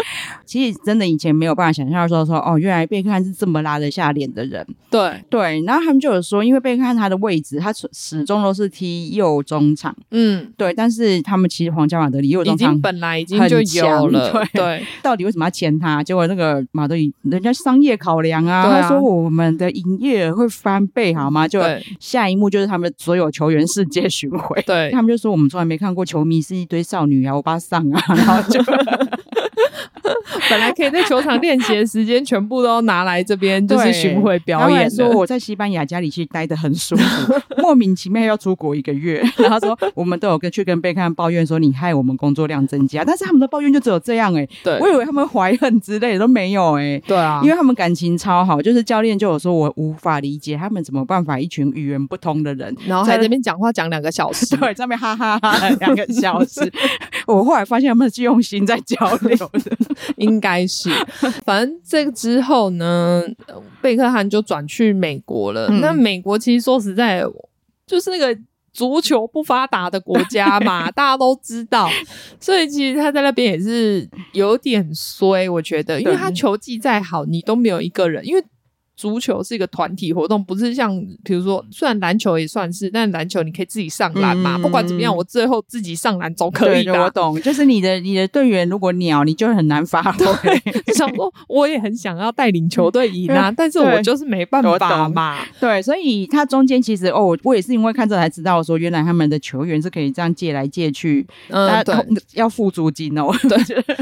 其实真的以前没有办法想象说说哦，原来贝克汉是这么拉得下脸的人。
对，
对，然后他们就有说，因为贝克汉他的位置，他始始终都是踢右中场。
嗯，
对，但是他们其实皇家马德里右
已
中
经
场
本来已经
很
就有
强
了，
对
对
到底为什么要签他？结果那个马德里人家商业考量啊，
对啊
他说我们的营业额会翻倍，好吗？就
对
下一幕就是他们所有球员世界巡回。[LAUGHS]
对
他们就说我们从来没看过球迷是一堆少女啊，欧巴桑啊， [LAUGHS] 然后就
本来可以在球场练习的时间，全部都拿来这边就是
对
巡回
他
表
们还
演
说
的。
我在西班牙家里其实待得很舒 [LAUGHS] 服，莫名其妙要出国一个月。然后他说我们都有跟去跟贝克汉抱怨说你害我们工作量增加，但是他们的抱怨就只有这样哎、
对
我以为他们怀恨之类的都没有哎、
对啊，
因为他们感情超好，就是教练就有说，我无法理解他们怎么办法一群语言不通的人，
然后还在那边讲话讲两个小
[LAUGHS]
时。
对，上面哈哈哈了两个小 [LAUGHS] 时。我后来发现他们是用心在交流的。
应该是。反正这个之后呢，呃贝克汉就转去美国了。
嗯
那美国其实说实在，就是那个。足球不发达的国
[LAUGHS]
家嘛，大家都知道，所以其实他在那边也是有点衰，我觉得，因为他球技再好，你都没有一个人，因为足球是一个团体活动，不是像比如说，虽然篮球也算是，但篮球你可以自己上篮嘛，
嗯
不管怎么样，我最后自己上篮总可以
[LAUGHS] 对我
的。
懂，就是你的你的队员如果鸟，你就很难发挥。
就 [LAUGHS] 想说，我也很想要带领球队赢啊，但是我
对
就是没办
我
法
懂
嘛。
[LAUGHS] 对，所以他中间其实哦，我我也是因为看这才知道说，原来他们的球员是可以这样借来借去，
嗯，对
[LAUGHS] 他要付租金哦。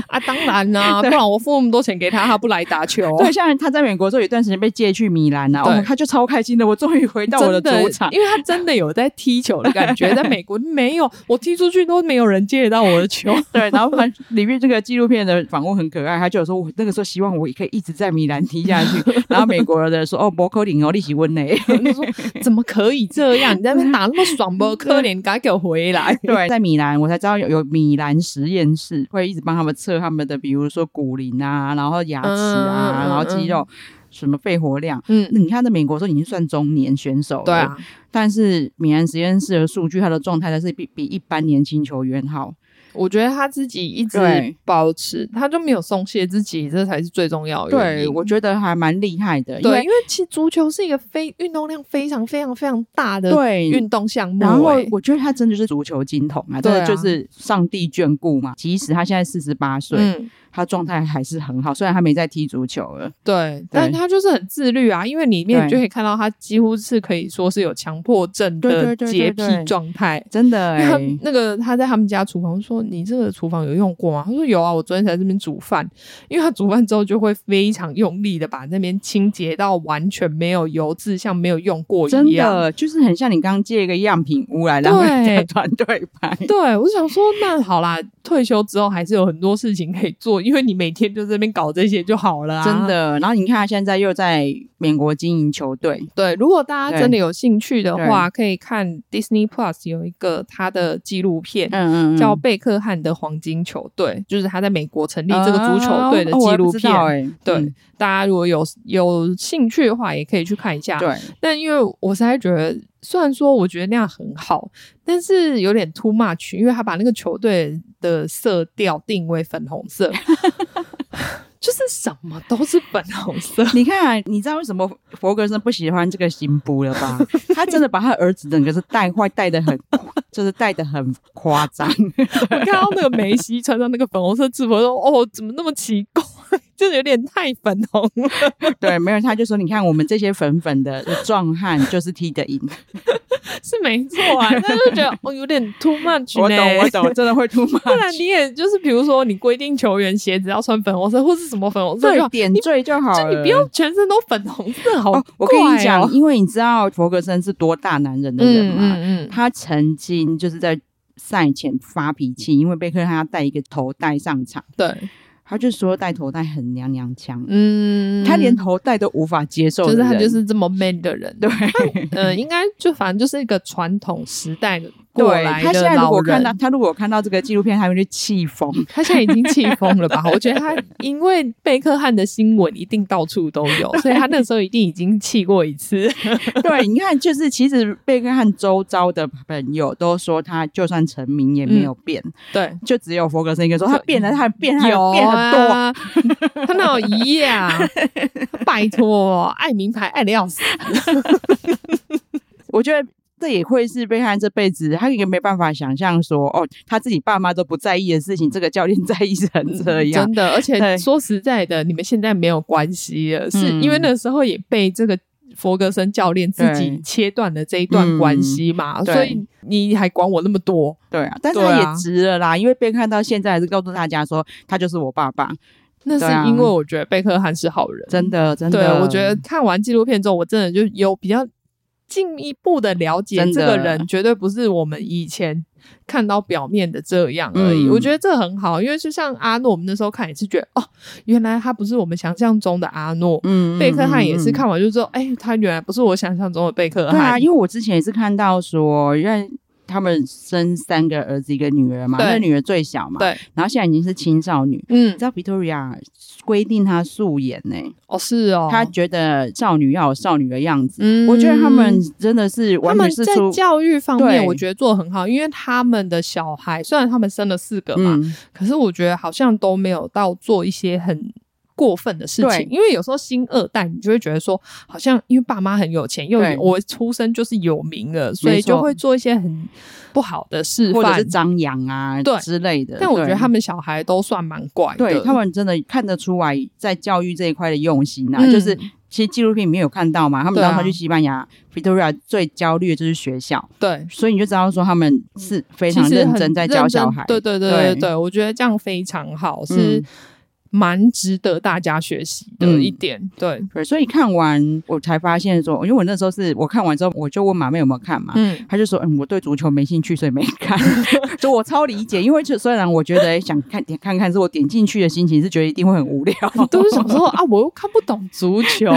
啊，当然啦、 [LAUGHS] 不然我付那么多钱给他，他不来打球。
[LAUGHS] 对，像他在美国之后有一段时间被借去米兰啊，
对
哦，他就超开心的，我终于回到我
真
主场。
因为他真的有在踢球的感觉，在美 [LAUGHS] 国没有，我踢出去都没有人接得到我的 [LAUGHS] 球。
对，然后反里面这个纪录片的访问很可爱，他就有说，我那个时候希望我也可以一直在米兰踢下去。然后美国人说，哦，博科林哦，利息温内。
他说：“怎么可以这样？你在那边打那么爽， [LAUGHS] 不可怜，赶快给我回来！”
对，在米兰我才知道有有米兰实验室会一直帮他们测他们的，比如说骨龄啊，然后牙齿啊，
嗯嗯嗯
然后肌肉。什么肺活量？
嗯
你看，在美国说已经算中年选手了，
对啊，
但是米兰实验室的数据，他的状态还是比比一般年轻球员好。
我觉得他自己一直
对
保持，他就没有松懈自己，这才是最重要的原
对，
因。
我觉得还蛮厉害的，因
对，
为
因为其实足球是一个非运动量非常非常非常大的
对
运动项目、
然后
欸
我觉得他真的就是足球金童啊，真
对啊
的就是上帝眷顾嘛。即使他现在四十八岁，
嗯，
他状态还是很好，虽然他没在踢足球了。
对，但
对
他就是很自律啊，因为里面
对
你就可以看到他几乎是可以说是有强迫症的
对对对对
洁癖
对
状态。
真的哎、
他 [LAUGHS] 那个他在他们家厨房说：“你这个厨房有用过吗？”他说：“有啊，我昨天才在这边煮饭。”因为他煮饭之后就会非常用力的把那边清洁到完全没有油渍，像没有用过
真
一样。
的就是很像你刚借一个样品屋来
对
让人家 [LAUGHS] 团队拍。
对，我就想说，那好啦，退休之后还是有很多事情可以做，因为你每天就这边搞这些就好了啊。
真的，然后你看他现在又在美国经营球队，
对，如果大家真的有兴趣的话，可以看 Disney Plus 有一个他的纪录片。
嗯
叫贝克汉的黄金球队，就是他在美国成立这个足球队的纪录片。
哎、
对，
嗯
大家如果有有兴趣的话，也可以去看一下。
对，
但因为我实在觉得，虽然说我觉得那样很好，但是有点 too much，因为他把那个球队的色调定为粉红色， [LAUGHS] 就是什么都是粉红色。
[LAUGHS] 你看、啊你知道为什么佛格森不喜欢这个新布了
[LAUGHS]
吧？他真的把他儿子整个是带坏，带的很，就是带的很夸
[LAUGHS]
张。
我看到那个梅西穿上那个粉红色制服，我说哦，怎么那么奇怪？ [LAUGHS] 就是有点太粉红了。
对，没有，他就说，你看我们这些粉粉的壮汉就是踢得赢。
[LAUGHS] 是没错啊，但是觉得哦有点 too much
[LAUGHS]
呢。
懂，真的会吐
[LAUGHS] 不然你也就是比如说你规定球员鞋子要穿粉红色或是什么粉红色就
对，
好，
点缀就好
就
了。
你不要全身都粉红色，好怪
哦
哦、，
我跟你讲，因为你知道佛格森是多大男人的人
嗯
嘛，
嗯嗯，
他曾经就是在赛前发脾气，因为贝克汉要戴一个头带上场，
对，
他就说戴头带很娘娘腔，
嗯，
他连头带都无法接受
就
的
是
人，
他
[LAUGHS]
就是这么 man 的人，
对。
呃，应该就反正就是一个传统时代的过
对
来
他现
的
在如
老
果看
人
到。他如果看到这个纪录片，他会去气
[LAUGHS]
疯。
他现在已经气疯了吧？我 [LAUGHS] 觉得他因为贝克汉的新闻一定到处都有，所以他那时候一定已经气过一次。 [LAUGHS]
对，你看，就是其实贝克汉周遭的朋友都说他就算成名也没有变，
对，
就只有佛格森一个说他
对
变了，他变他
嗯有
变很多。
啊，他哪有一夜
[LAUGHS]
啊？拜托，爱名牌爱的要死。
我觉得。这也会是贝克汉这辈子，他也没办法想象说，哦，他自己爸妈都不在意的事情，这个教练在意成这样
嗯真。的，而且
对
说实在的，你们现在没有关系了，是
嗯
因为那时候也被这个佛格森教练自己
对嗯
切断了这一段关系嘛，
对
所以你还管我那么多？
对啊，但是
对
他
啊
也值了啦，因为贝克汉到现在还是告诉大家说，他就是我爸爸，
那
对啊
是因为我觉得贝克汉是好人，
真的，真
对
的。
我觉得看完纪录片之后，我真的就有比较进一步的了解
真的
这个人，绝对不是我们以前看到表面的这样而已。
嗯
我觉得这很好，因为就像阿诺，我们那时候看也是觉得哦，原来他不是我们想象中的阿诺。
嗯，嗯
贝克汉也是
嗯嗯
看完就说，哎、他原来不是我想象中的贝克
对啊，
汉。
因为我之前也是看到说，因为他们生三个儿子一个女儿嘛，
对
那女儿最小嘛，
对，
然后现在已经是青少女。
嗯
你知，道 Victoria 规定她素颜呢、
哦，是哦，
她觉得少女要有少女的样子。
嗯
我觉得他们真的是
他
完
们
全是
在
出
教育方面，
对
我觉得做得很好，因为他们的小孩虽然他们生了四个嘛，
嗯，
可是我觉得好像都没有到做一些很过分的事
对
情，因为有时候新二代你就会觉得说，好像因为爸妈很有钱，又
对
我出生就是有名了，所
没
以
错
就会做一些很不好的示
或者是
范。
张扬啊
对
之类的。
但我觉得
对
他们小孩都算蛮怪的，
对他们真的看得出来，在教育这一块的用心啊，
嗯
就是其实纪录片里面有看到嘛，他们
对啊
当时去西班牙，Victoria 最焦虑的就是学校，
对
所以你就知道说他们是非
非
常认真在教小孩，
对对对
对
对对，我觉得这样非常好，是
嗯
蛮值得大家学习的
嗯
一点。对，
对所以看完我才发现说，因为我那时候是我看完之后，我就问马妹有没有看嘛。 [LAUGHS]
嗯，
她就说：“嗯，我对足球没兴趣，所以没
[LAUGHS]
看。所以我超理解，因为就虽然我觉得想看点看看，是我点进去的心情是觉得一定会很无
[LAUGHS]
聊，
都是想说啊，我又看不懂足球，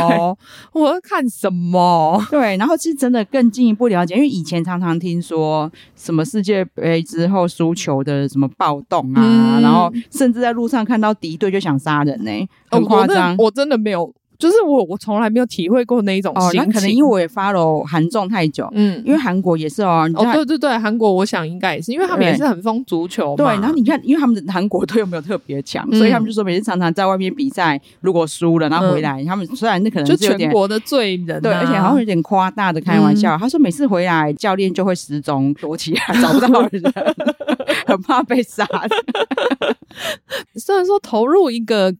我要看
[LAUGHS]
什么？
对，然后是真的更进一步了解，因为以前常常听说什么世界杯之后输球的什么暴动啊，
嗯
然后甚至在路上看到敌对就想杀人呢、
哦
很夸
我真的
张。
我真的没有，就是我我从来没有体会过那一种
哦，
心
那
情。
可能因为我也 follow 韩综太久，
嗯，
因为韩国也是哦，你知
哦
道。
对对对，韩国我想应该也是，因为他们也是很疯足球
对，
嘛。
然后你看，因为他们的韩国队又没有特别强，
嗯
所以他们就说每次常常在外面比赛，如果输了然后回来，他们虽然那可能
嗯就是
有点
全国的嗯罪人、啊，
对，而且好像有点夸大的开玩笑。他说每次回来教练就会失踪，躲起来找不到人， [LAUGHS] 很怕被杀。
[LAUGHS] 虽然说投入一个。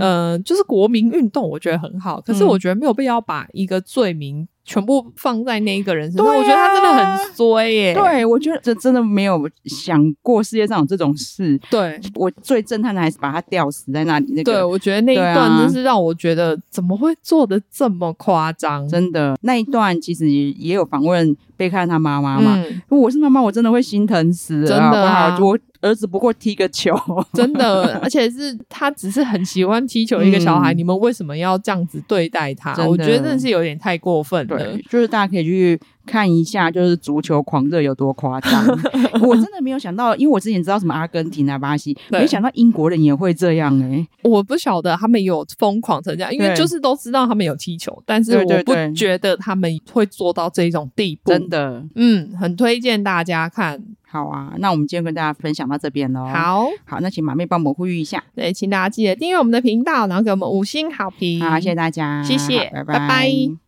呃，就是国民运动，我觉得很好，可是
嗯
我觉得没有必要把一个罪名全部放在那一个人身上。
对啊
我觉得他真的很衰耶、
对，我觉得这真的没有想过世界上有这种事。
对
我最震撼的还是把他吊死在那里，那
对，
个
我觉得那一
对啊
段真是让我觉得怎么会做的这么夸张？
真的那一段，其实也也有访问贝克汉他妈妈嘛。
嗯，
如果我是妈妈，我真的会心疼死，
真的啊
好不好？我儿子不过踢个 [LAUGHS] 球，
真的，而且是他只是很喜欢踢球一个小孩，
嗯
你们为什么要这样子对待他
真？的
我觉得真的是有点太过分了
对。，就是大家可以去看一下，就是足球狂热有多夸 [LAUGHS] 张。我真的没有想到，因为我之前知道什么阿根廷啊、巴西，
对
没想到英国人也会这样哎、
我不晓得他们有疯狂成这样，因为
对
就是都知道他们有踢球，但是
对对
我不
对
觉得他们会做到这种地步。
真的。
嗯，很推荐大家看。
好啊，那我们今天跟大家分享到这边喽。，
好，
好，那请马妹帮我们呼吁一下。
对，请大家记得订阅我们的频道，然后给我们五星好评。
嗯好，谢谢大家，
谢谢
好拜
拜拜